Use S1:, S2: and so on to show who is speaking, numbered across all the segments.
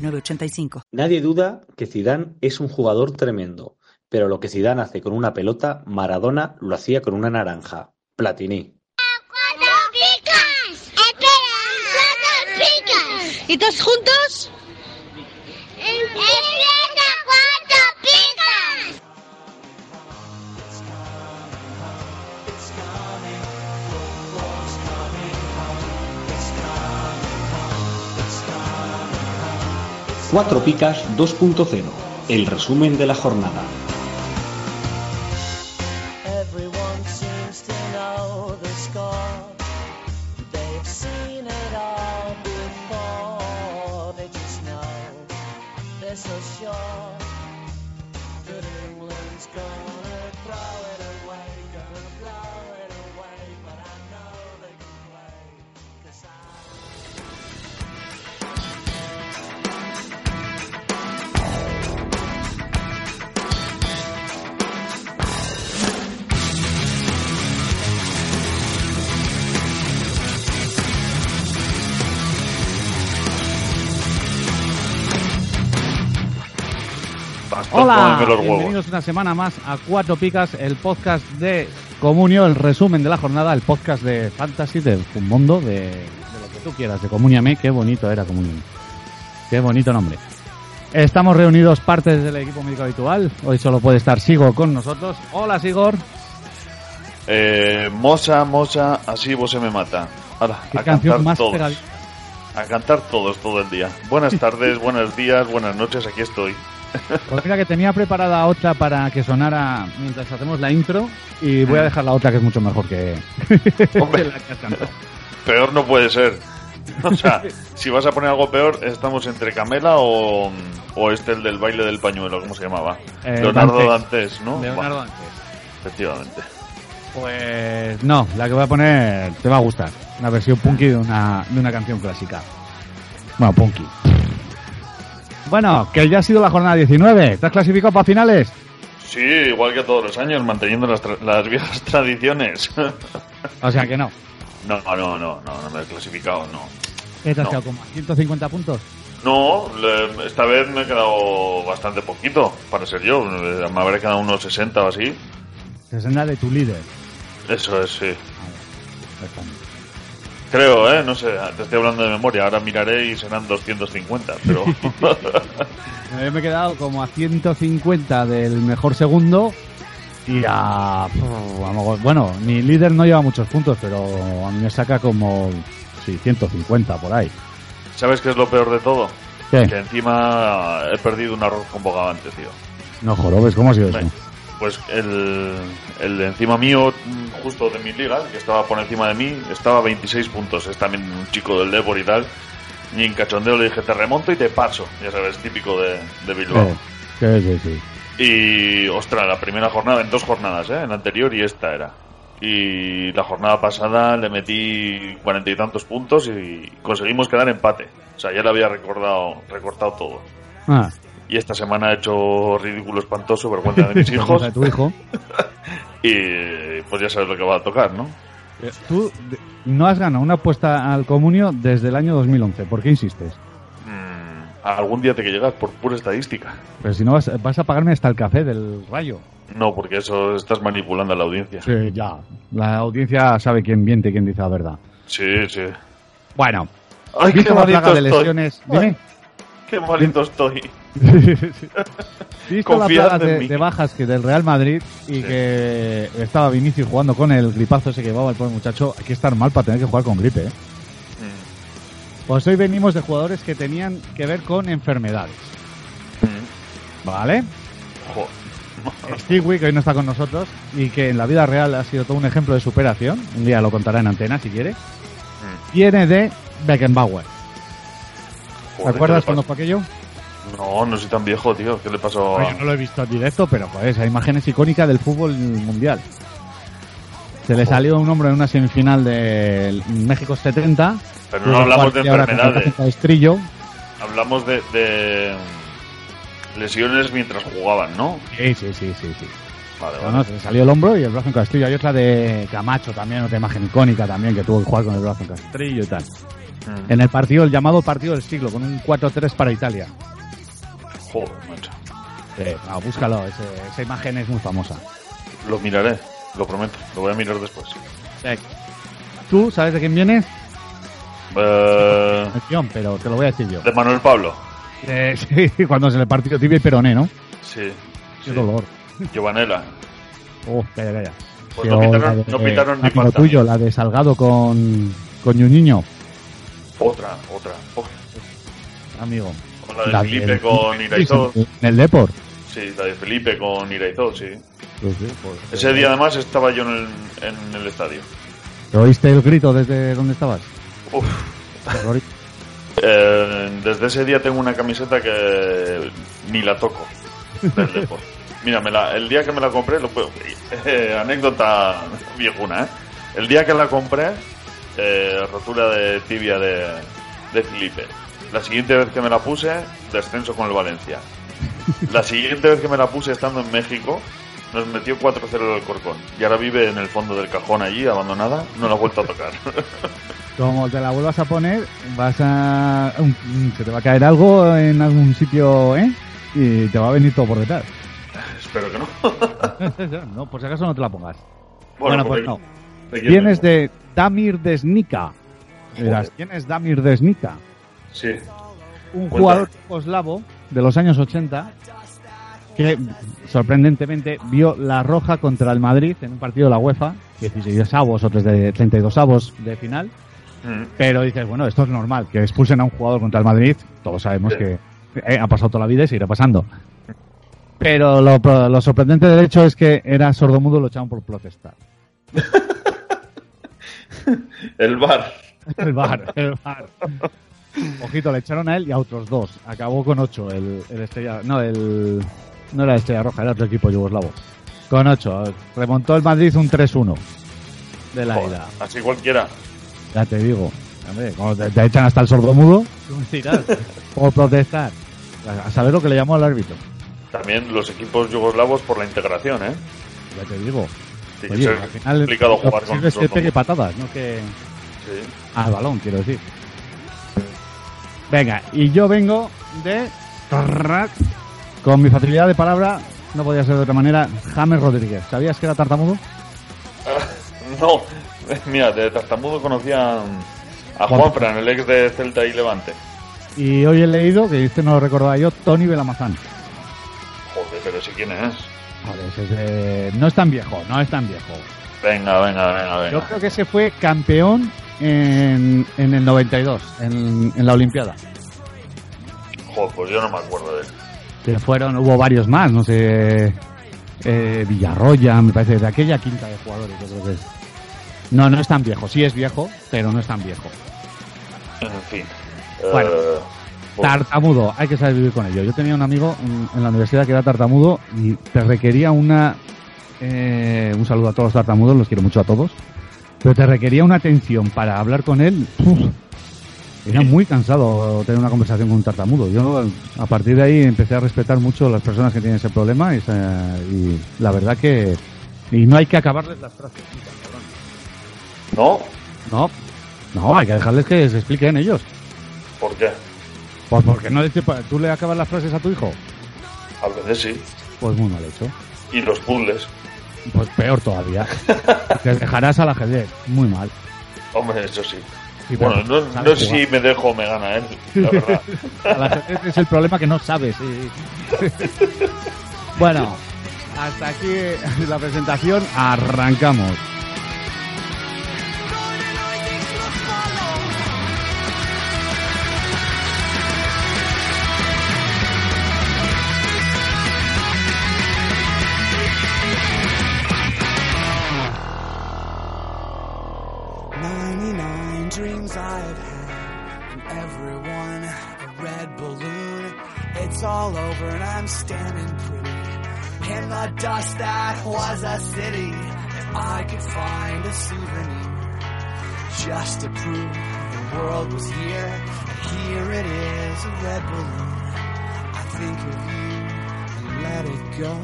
S1: 985.
S2: Nadie duda que Zidane es un jugador tremendo, pero lo que Zidane hace con una pelota, Maradona lo hacía con una naranja. Platini.
S3: picas! ¡Espera! picas!
S4: ¿Y todos juntos?
S3: ¡Empieza cuatro picas!
S2: Cuatro Picas 2.0. El resumen de la jornada.
S5: Everyone seems to know the score. They've seen it all before. They just know they're so sure that England's gonna throw it away, gonna blow it away. But I know they can play, 'cause I.
S6: Hola,
S7: Pónganme los huevos.
S6: bienvenidos una semana más a Cuatro Picas, el podcast de Comunio, el resumen de la jornada, el podcast de Fantasy, del mundo, de, de lo que tú quieras, de Comuniame, qué bonito era Comuniame, qué bonito nombre. Estamos reunidos partes del equipo médico habitual, hoy solo puede estar Sigor con nosotros. Hola Sigor,
S7: Eh, moza, moza, así vos se me mata. Hala,
S6: qué
S7: a
S6: canción
S7: cantar
S6: más
S7: todos.
S6: pegadiza.
S7: A cantar todos todo el día. Buenas tardes, buenos días, buenas noches, aquí estoy.
S6: Pues mira que tenía preparada otra para que sonara mientras hacemos la intro y voy a dejar la otra que es mucho mejor que, que
S7: Mm. Hombre,
S6: la que has cantado.
S7: peor no puede ser. O sea, si vas a poner algo peor, estamos entre Camela o, o este, el del baile del pañuelo, ¿cómo se llamaba?
S6: Eh,
S7: Leonardo
S6: Dantes.
S7: Dantes, ¿no?
S6: Leonardo
S7: Buah,
S6: Dantes.
S7: efectivamente.
S6: Pues no, la que voy a poner te va a gustar. Una versión punky de una, de una canción clásica. Bueno, punky. Bueno, que ya ha sido la jornada 19. ¿Estás clasificado para finales?
S7: Sí, igual que todos los años, manteniendo las, tra- las viejas tradiciones.
S6: O sea que no.
S7: no, no, no, no, no me he clasificado, no.
S6: ¿Qué te has
S7: No.
S6: quedado como a 150 puntos?
S7: No, le- esta vez me he quedado bastante poquito, para ser yo. Eh, Me habré quedado unos 60 o así.
S6: 60 de tu líder.
S7: Eso es, sí.
S6: Ya está.
S7: Creo, ¿eh? No sé, te estoy hablando de memoria. Ahora miraré y serán 250, pero...
S6: Bueno, Yo me he quedado como a 150 del mejor segundo y a... pf, a lo mejor- Bueno, mi líder no lleva muchos puntos, pero a mí me saca como... Sí, 150 por ahí.
S7: ¿Sabes qué es lo peor de todo?
S6: ¿Qué?
S7: Que encima he perdido un arroz con bogavante, tío.
S6: No jorobes, ¿cómo ha sido
S7: Ven,
S6: eso?
S7: Pues el, el de encima mío, mm, justo de mi liga, que estaba por encima de mí, estaba a 26 puntos. Es también un chico del Depor y tal. Y en cachondeo le dije, te remonto y te paso. Ya sabes, típico de, de Bilbao.
S6: Eh, Sí, sí, sí.
S7: Y, ostras, la primera jornada, en dos jornadas, ¿eh? En la anterior y esta era. Y la jornada pasada le metí cuarenta y tantos puntos y conseguimos quedar empate. O sea, ya le había recordado, recortado todo.
S6: Ah,
S7: Y esta semana he hecho ridículo espantoso, vergüenza de mis hijos.
S6: cosa de tu hijo.
S7: Y pues ya sabes lo que va a tocar, ¿no? Eh.
S6: Tú de- no has ganado una apuesta al comunio desde el año 2011. ¿Por qué insistes?
S7: Mm, algún día te que llegas por pura estadística.
S6: Pero si no, vas, vas a pagarme hasta el café del rayo.
S7: No, porque eso estás manipulando a la audiencia.
S6: Sí, ya. La audiencia sabe quién miente y quién dice la verdad.
S7: Sí, sí.
S6: Bueno,
S7: Ay,
S6: visto
S7: qué
S6: la
S7: malito
S6: plaga de
S7: estoy.
S6: lesiones... Dime.
S7: Qué malito estoy.
S6: Visto la
S7: Confiad
S6: plaga
S7: en
S6: de,
S7: mí.
S6: de bajas que del Real Madrid y
S7: Sí.
S6: que estaba Vinicius jugando con el gripazo ese que llevaba el pobre muchacho, hay que estar mal para tener que jugar con gripe, ¿eh?
S7: Mm,
S6: Pues hoy venimos de jugadores que tenían que ver con enfermedades,
S7: mm.
S6: ¿vale?
S7: Jo.
S6: Stewie, que hoy no está con nosotros y que en la vida real ha sido todo un ejemplo de superación, un día lo contará en antena si quiere,
S7: Mm,
S6: viene de Beckenbauer.
S7: joder,
S6: ¿Te acuerdas
S7: ¿qué le
S6: cuando
S7: pasa?
S6: fue aquello?
S7: No, no soy tan viejo, tío. ¿Qué le pasó?
S6: Bueno, yo no lo he visto en directo, pero joder, esa imagen es icónica del fútbol mundial. Se le salió un hombro en una semifinal de México 70.
S7: Pero no hablamos de
S6: Y ahora con el
S7: enfermedades.
S6: Paco Estrillo.
S7: Hablamos de, de lesiones mientras jugaban, ¿no?
S6: Sí, sí, sí, sí, sí.
S7: Vale,
S6: Pero no,
S7: vale.
S6: se le salió el hombro y el brazo en Castillo. Hay otra de Camacho también, otra imagen icónica también, que tuvo que jugar con el brazo en Castillo y tal.
S7: Mm.
S6: En el partido, el llamado partido del siglo, con un 4-3 para Italia.
S7: Joder, macho.
S6: Eh, no, búscalo, ese- esa imagen es muy famosa.
S7: Lo miraré, lo prometo. Lo voy a mirar después.
S6: ¿Tú sabes de quién vienes?
S7: Eh,
S6: Mención, pero te lo voy a decir yo.
S7: de Manuel Pablo.
S6: Eh, sí, cuando se le partió tibia y peroné, ¿no?
S7: Sí.
S6: Qué
S7: sí.
S6: dolor.
S7: Giovanella.
S6: Oh, calla, calla.
S7: Pues no pitaron- no pitaron ni
S6: amigo
S7: falta.
S6: tuyo, la de Salgado con, con Ñuñiño,
S7: Otra, otra. Oh,
S6: amigo.
S7: o la de Felipe con Iraizó.
S6: En el Deport.
S7: Sí, la de Felipe con Iraizó, sí.
S6: Pues sí, pues,
S7: Ese día además estaba yo en el, en el estadio.
S6: ¿Te oíste el grito desde donde estabas?
S7: Uf.
S6: Terror-
S7: Eh, desde ese día tengo una camiseta que ni la toco. del Depor. Mira, me la- el día que me la compré, lo puedo- eh, anécdota viejuna, ¿eh? El día que la compré, eh, rotura de tibia de, de Felipe. La siguiente vez que me la puse, descenso con el Valencia. La siguiente vez que me la puse estando en México, nos metió 4-0 el Corcón. Y ahora vive en el fondo del cajón allí, abandonada, no la ha vuelto a tocar.
S6: Como te la vuelvas a poner, vas a. un- un- Se te va a caer algo en algún sitio, ¿eh? Y te va a venir todo por detrás.
S7: Espero que no.
S6: no, por si acaso no te la pongas.
S7: Bueno,
S6: Bueno, pues
S7: porque-
S6: no.
S7: ¿de quién
S6: Vienes
S7: tengo?
S6: de Damir Desnica. Verás, ¿Quién es Damir Desnica?
S7: Sí.
S6: Un
S7: Cuenta.
S6: jugador eslavo de los años 80 que sorprendentemente vio la roja contra el Madrid en un partido de la UEFA, 16 avos o 32 avos de final.
S7: Mm.
S6: Pero dices, bueno, esto es normal, que expulsen a un jugador contra el Madrid, todos sabemos
S7: Sí.
S6: que eh, ha pasado toda la vida y seguirá pasando. Pero lo, pro- lo sorprendente del hecho es que era sordomudo y lo echaban por protestar.
S7: El bar.
S6: El bar, el bar. Ojito, le echaron a él y a otros dos. Acabó con ocho el, el Estrella... No, el... No era el Estrella Roja, era otro equipo yugoslavo. Con ocho. Remontó el Madrid un 3-1 de la
S7: Joder,
S6: ida.
S7: así cualquiera.
S6: Ya te digo. Hombre, como te, te echan hasta el sordomudo... por protestar. A a saber lo que le llamó al árbitro.
S7: También los equipos yugoslavos por la integración, ¿eh?
S6: Ya te digo.
S7: Tiene que
S6: Oye,
S7: ser
S6: al final
S7: complicado
S6: lo
S7: jugar con
S6: posible es que
S7: nosotros.
S6: pegue patadas, no que
S7: Sí.
S6: al balón, quiero decir. Venga, y yo vengo de Tarrac. con mi facilidad de palabra, no podía ser de otra manera, James Rodríguez. ¿Sabías que era tartamudo?
S7: No, mira, de tartamudo conocía a Juan Fran, el ex de Celta y Levante.
S6: Y hoy he leído, que este no lo recordaba yo, Tony Belamazán.
S7: Joder, pero si quién es.
S6: Joder, ese es de- no es tan viejo, no es tan viejo.
S7: Venga, venga, venga,
S6: Yo
S7: venga.
S6: creo que ese fue campeón en, en el 92, en, en la Olimpiada.
S7: Joder, pues yo no me acuerdo de él.
S6: que fueron, hubo varios más, no sé, eh, Villarroya, me parece, de aquella quinta de jugadores, yo creo que es. No, no es tan viejo, sí es viejo, pero no es tan viejo.
S7: En fin.
S6: Bueno.
S7: Eh, pues,
S6: Tartamudo, hay que saber vivir con ello. Yo tenía un amigo mm, en la universidad que era tartamudo y te requería una... eh, un saludo a todos los tartamudos, los quiero mucho a todos, pero te requería una atención para hablar con él. uf, era muy cansado tener una conversación con un tartamudo. Yo a partir de ahí empecé a respetar mucho a las personas que tienen ese problema y, esa- y la verdad que... Y no hay que acabarles las frases.
S7: ¿No?
S6: No, no, hay que dejarles que se expliquen ellos.
S7: ¿Por qué?
S6: Pues porque no le- tú le acabas las frases a tu hijo.
S7: A veces sí.
S6: Pues muy mal hecho.
S7: Y los puzzles.
S6: Pues peor todavía. Te dejarás al ajedrez. Muy mal.
S7: Hombre, eso sí.
S6: Y
S7: Bueno,
S6: bueno,
S7: no,
S6: sabes
S7: no sé
S6: jugar.
S7: si me dejo o me gana él, la verdad.
S6: Al ajedrez es el problema que no sabes. bueno, hasta aquí la presentación. Arrancamos.
S5: Ninety-nine dreams I've had, and everyone a red balloon. It
S4: it's all over and I'm standing pretty. In the dust that was a city, if I could find a souvenir just to prove the world was here. And here it is, a red balloon. I think of you and let it go.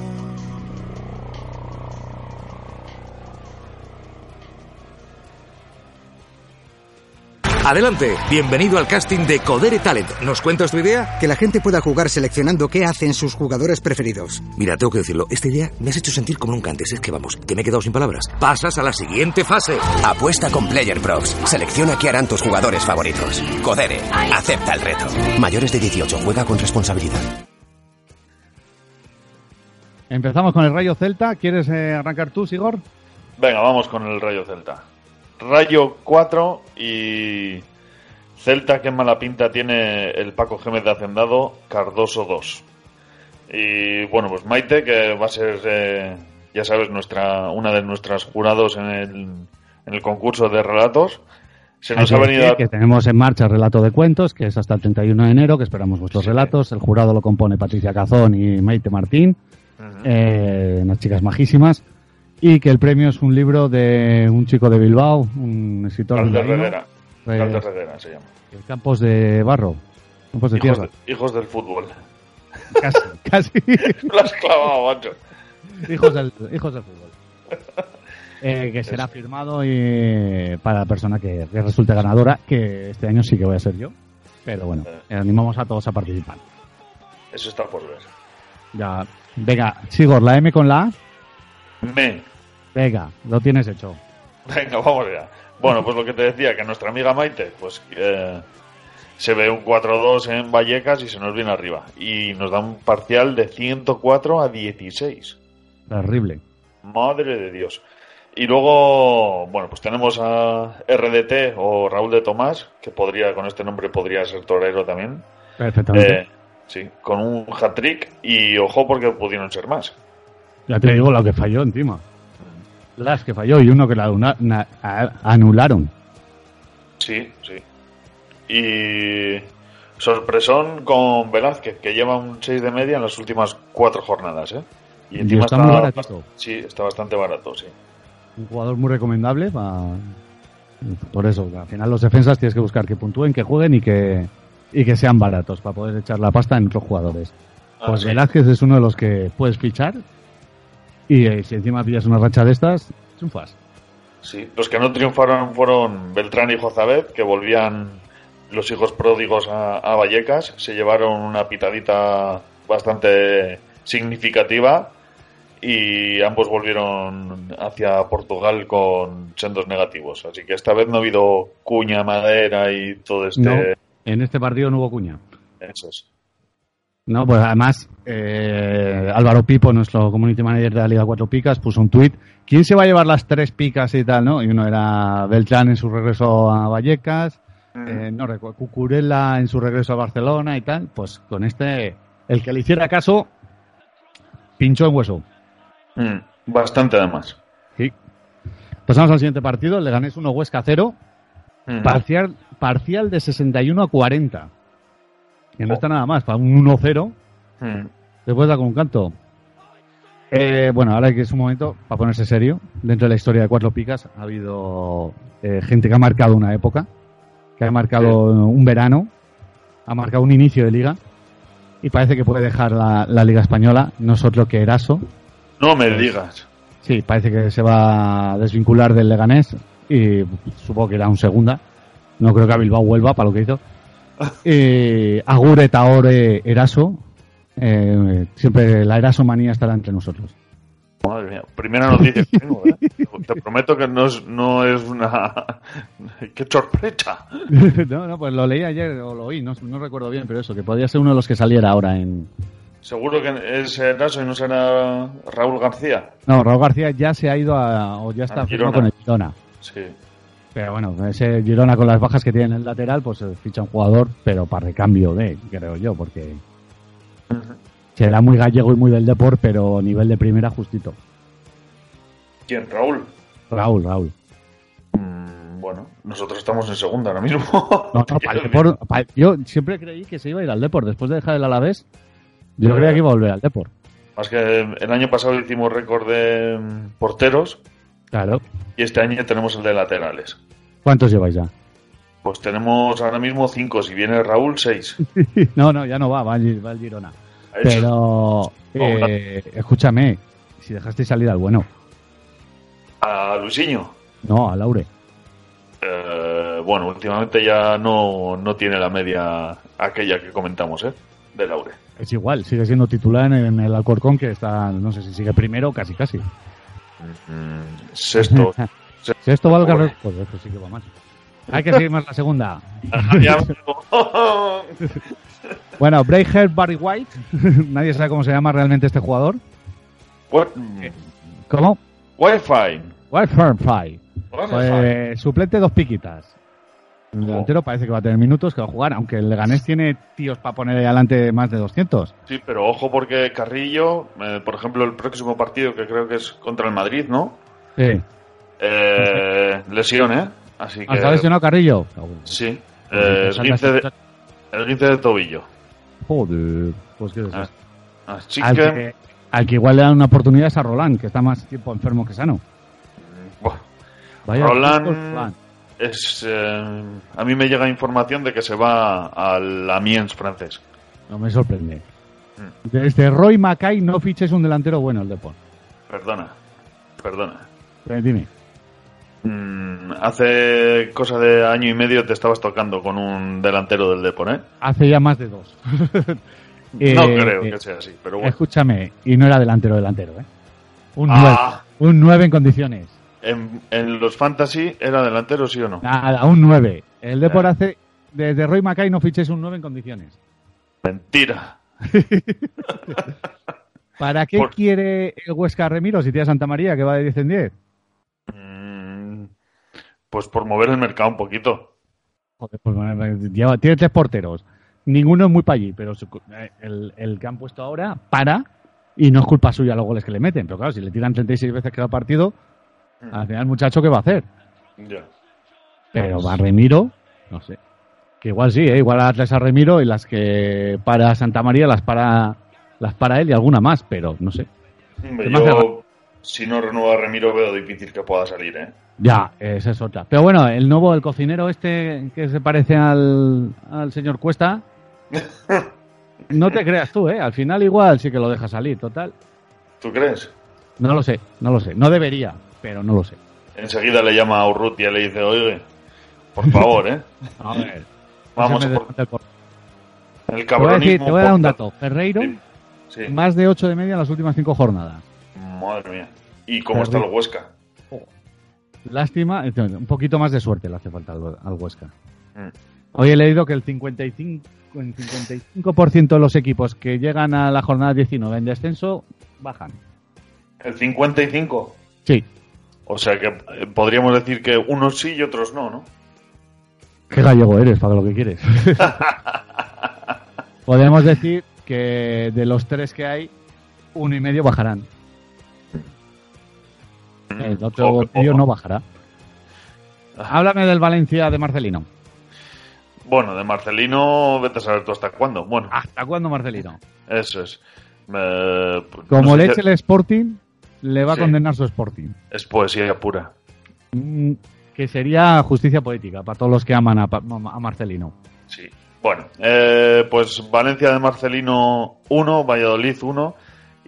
S8: Adelante, bienvenido al casting de Codere Talent. ¿Nos cuentas tu idea?
S9: Que la gente pueda jugar seleccionando qué hacen sus jugadores preferidos.
S8: Mira, tengo que decirlo, esta idea me has hecho sentir como nunca antes. Es que vamos, que me he quedado sin palabras. Pasas a la siguiente fase.
S10: Apuesta con Player Props. Selecciona qué harán tus jugadores favoritos. Codere, acepta el reto. Mayores de 18, juega con responsabilidad.
S6: Empezamos con el Rayo Celta. ¿Quieres eh, arrancar tú, Sigor?
S7: Venga, vamos con el Rayo Celta. Rayo 4 y Celta, qué mala pinta tiene el Paco Gémez de Hacendado, Cardoso 2. Y bueno, pues Maite, que va a ser, eh, ya sabes, nuestra una de nuestras jurados en el, en el concurso de relatos, se nos ha
S6: Hay que
S7: venido...
S6: decir
S7: a-
S6: que tenemos en marcha el relato de cuentos, que es hasta el 31 de enero, que esperamos vuestros
S7: Sí.
S6: relatos. El jurado lo compone Patricia Cazón y Maite Martín, eh, unas chicas majísimas. Y que el premio es un libro de un chico de Bilbao, un escritor
S7: Carlos
S6: bilbaíno,
S7: Herrera.
S6: eh,
S7: Carlos Herrera se llama.
S6: Campos de Barro, Campos de
S7: Hijos,
S6: Tierra.
S7: de- hijos del fútbol.
S6: Casi, casi.
S7: Lo has clavado, macho.
S6: Hijos del, hijos del fútbol. Eh, que será firmado y para la persona que, que resulte ganadora, que este año sí que voy a ser yo. Pero bueno, eh, animamos a todos a participar.
S7: Eso está por ver.
S6: Ya, venga, Sigor, la M con la A.
S7: Me.
S6: Venga, lo tienes hecho.
S7: Venga, vamos ya. Bueno, pues lo que te decía, que nuestra amiga Maite, pues eh, se ve un 4-2 en Vallecas y se nos viene arriba. Y nos da un parcial de 104 a 16.
S6: Terrible.
S7: Madre de Dios. Y luego, bueno, pues tenemos a RDT o Raúl de Tomás, que podría, con este nombre podría ser torero también.
S6: Perfectamente.
S7: Eh, sí, con un hat-trick y ojo porque pudieron ser más.
S6: ya te digo lo que falló encima. Las que falló y uno que la una- na- a- anularon.
S7: Sí, sí. Y sorpresón con Velázquez, que lleva un 6 de media en las últimas cuatro jornadas, ¿eh?
S6: Y está muy baratito.
S7: Sí, está bastante barato, sí.
S6: un jugador muy recomendable pa- por eso al final los defensas tienes que buscar que puntúen que jueguen y que y que sean baratos para poder echar la pasta en otros jugadores
S7: Ah,
S6: pues
S7: sí.
S6: Velázquez es uno de los que puedes fichar y eh, si encima pillas una racha de estas triunfas
S7: Sí, Los que no triunfaron fueron Beltrán y Jozabet, que volvían los hijos pródigos a, a Vallecas, se llevaron una pitadita bastante significativa y ambos volvieron hacia Portugal con sendos negativos. Así que esta vez no ha habido cuña, madera y todo este...
S6: no en este partido no hubo cuña
S7: Eso es.
S6: No, pues además, eh, Álvaro Pipo, nuestro community manager de la Liga Cuatro Picas, puso un tuit. ¿Quién se va a llevar las tres picas y tal, no? Y uno era Beltrán en su regreso a Vallecas,
S7: Mm.
S6: eh, no recuerdo, Cucurella en su regreso a Barcelona y tal. Pues con este, el que le hiciera caso, pinchó en hueso.
S7: Mm, Bastante además.
S6: Sí. Pasamos al siguiente partido, le ganéis uno Huesca 0,
S7: Mm.
S6: parcial, parcial de 61 a 40. Que
S7: Oh.
S6: no está nada más, para un 1-0.
S7: Mm.
S6: Después da con un canto. Eh, bueno, ahora que es un momento para ponerse serio, dentro de la historia de Cuatro Picas ha habido eh, gente que ha marcado una época, que ha marcado un verano, ha marcado un inicio de liga y parece que puede dejar la, la liga española. Nosotros que Eraso,
S7: No me digas.
S6: sí, parece que se va a desvincular del Leganés y supongo que irá a un segunda. No creo que a Bilbao vuelva para lo que hizo. Eh, Agure Taore Eraso. eh, siempre la Eraso manía estará entre nosotros.
S7: Madre mía, primera noticia que tengo, ¿eh? Te prometo que no es, no es una... ¡Qué sorpresa!
S6: no, no, pues lo leí ayer o lo oí, no, no recuerdo bien, pero eso, que podría ser uno de los que saliera ahora en...
S7: Seguro que es el caso y no será Raúl García.
S6: No, Raúl García ya se ha ido a, o ya está
S7: Al
S6: firmado
S7: Girona.
S6: con el Girona.
S7: Sí.
S6: Pero bueno, ese Girona con las bajas que tiene en el lateral, pues eh, ficha un jugador, pero para recambio de, creo yo, porque será muy gallego y muy del Deport, pero nivel de primera justito.
S7: ¿Quién? Raúl.
S6: Raúl, Raúl.
S7: Mm, Bueno, nosotros estamos en segunda ahora mismo.
S6: No, no, para el Deport, para- yo siempre creí que se iba a ir al Deport después de dejar el Alavés. Yo creía que iba a volver al Depor.
S7: Más que el año pasado hicimos récord de mm, porteros
S6: Claro.
S7: y este año tenemos el de laterales.
S6: ¿Cuántos lleváis ya?
S7: Pues tenemos ahora mismo cinco, si viene Raúl, seis.
S6: no, no, ya no va, va al, Gi- va al Girona.
S7: Ha hecho-
S6: Pero, eh, escúchame, si dejasteis salir al bueno,
S7: A Luisinho.
S6: no, a Laure.
S7: eh, bueno, últimamente ya no, no tiene la media aquella que comentamos, ¿eh? De Laure.
S6: Es igual, sigue siendo titular en, en el Alcorcón, que está, no sé si sigue primero, casi casi.
S7: Mm, sexto.
S6: Si esto va al
S7: Bueno.
S6: Garro- joder, pues sí que va mal. Hay que seguir más la segunda.
S7: Ya-
S6: Bueno, Braveheart Barry White. Nadie sabe cómo se llama realmente este jugador.
S7: What-
S6: ¿Cómo?
S7: Wi-Fi.
S6: White Firm Fry.
S7: Wi-Fi.
S6: Pues, suplente dos piquitas. El delantero parece que va a tener minutos, que va a jugar, aunque el Leganés tiene tíos para poner ahí adelante más de 200.
S7: Sí, pero ojo porque Carrillo, eh, por ejemplo, el próximo partido que creo que es contra el Madrid, ¿no?
S6: Sí.
S7: Eh, lesión, ¿eh? Así que...
S6: ¿Hasta lesionado Pues Carrillo?
S7: Sí. Eh, esguince de, esguince de tobillo.
S6: Joder, pues qué
S7: Ah,
S6: desastre.
S7: Así
S6: al,
S7: que...
S6: Ah, que, al que igual le dan una oportunidad es a Roland, que está más tiempo enfermo que sano.
S7: buah,
S6: Vaya
S7: Roland-
S6: discos, Roland.
S7: es, eh, a mí me llega información de que se va al Amiens francés.
S6: No me sorprende. Desde Roy Mackay no fiches un delantero bueno el Depor.
S7: Perdona. Perdona.
S6: Pero Dime.
S7: Mm, hace cosa de año y medio te estabas tocando con un delantero del Depor, ¿eh?
S6: Hace ya más de dos. Eh,
S7: no creo
S6: eh,
S7: que sea así, pero bueno.
S6: Escúchame, y no era delantero, delantero, ¿eh? Un 9.
S7: Ah.
S6: Un 9 en condiciones.
S7: En, en los fantasy era delantero, sí o no.
S6: Nada, un 9. El Depor
S7: Ya.
S6: hace. Desde Roy Mackay no fiches un 9 en condiciones.
S7: Mentira.
S6: ¿Para qué
S7: Por-
S6: quiere el Huesca a Remiro si tiene a Santa María que va de 10 en 10?
S7: Mm, Pues por mover el mercado un poquito.
S6: Joder, pues, bueno, lleva- tiene tres porteros. Ninguno es muy para allí, pero su- eh, el, el que han puesto ahora para y no es culpa suya los goles que le meten. Pero claro, si le tiran 36 veces cada partido, al final, muchacho, ¿qué va a hacer?
S7: Ya.
S6: Pero va Remiro, no sé. Que igual sí, ¿eh? igual hazles a Remiro y las que para Santa María las para las para él y alguna más, pero no sé.
S7: Hombre,
S6: ¿Qué más
S7: Yo, si no renueva a Remiro, veo difícil que pueda salir, ¿eh?
S6: Ya, esa es otra. Pero bueno, el nuevo, el cocinero este que se parece al, al señor Cuesta. No te creas tú, ¿eh? Al final igual sí que lo deja salir, total.
S7: ¿Tú crees?
S6: No lo sé, no lo sé. No debería, pero no lo sé.
S7: Enseguida le llama a Urrutia y le dice, oye, por favor, ¿eh?
S6: A ver.
S7: Vamos
S6: déjame
S7: por
S6: desmontar el portero.
S7: el
S6: Te voy a decir-
S7: cabronismo.
S6: te voy a dar un
S7: por-
S6: dato. Ferreiro,
S7: Sí, sí.
S6: más de 8 de media en las últimas 5 jornadas.
S7: Madre mía. ¿Y cómo está
S6: Terrible.
S7: el Huesca?
S6: Lástima, eh, un poquito más de suerte le hace falta al, al Huesca.
S7: Mm.
S6: Hoy he leído que el 55, el 55% de los equipos que llegan a la jornada 19 en descenso bajan.
S7: El 55.
S6: Sí,
S7: O sea que eh, podríamos decir que unos sí y otros no, ¿no?
S6: Qué gallego eres, para lo que quieres. Podemos decir que de los tres que hay, uno y medio bajarán. El otro
S7: Mm. Ojo,
S6: medio
S7: ojo.
S6: no bajará. Háblame del Valencia de Marcelino.
S7: Bueno, de Marcelino, vete a saber tú hasta cuándo. Bueno,
S6: ¿Hasta cuándo Marcelino?
S7: eso es. Eh, pues,
S6: Como
S7: no sé
S6: le
S7: si-
S6: eche el Sporting, le va
S7: Sí.
S6: a condenar su Sporting.
S7: Es poesía pura.
S6: Mm, Que sería justicia poética para todos los que aman a, Pa- a Marcelino.
S7: Sí. Bueno, eh, pues Valencia de Marcelino 1, Valladolid 1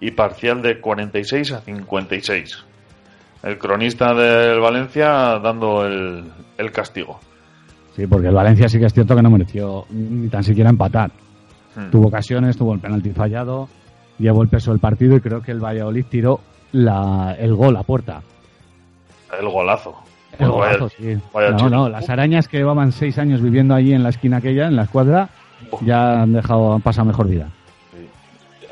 S7: y parcial de 46 a 56. El cronista del Valencia dando el, el castigo.
S6: Sí, porque el Valencia sí que es cierto que no mereció ni tan siquiera empatar.
S7: Hmm.
S6: tuvo ocasiones, tuvo el penalti fallado, llevó el peso del partido y creo que el Valladolid tiró la, el gol a puerta.
S7: El golazo.
S6: El
S7: Pues
S6: golazo,
S7: vaya-
S6: sí.
S7: vaya
S6: No,
S7: chico.
S6: no, las arañas que llevaban seis años viviendo allí en la esquina aquella, en la escuadra,
S7: Buah.
S6: ya han dejado, han pasado mejor vida.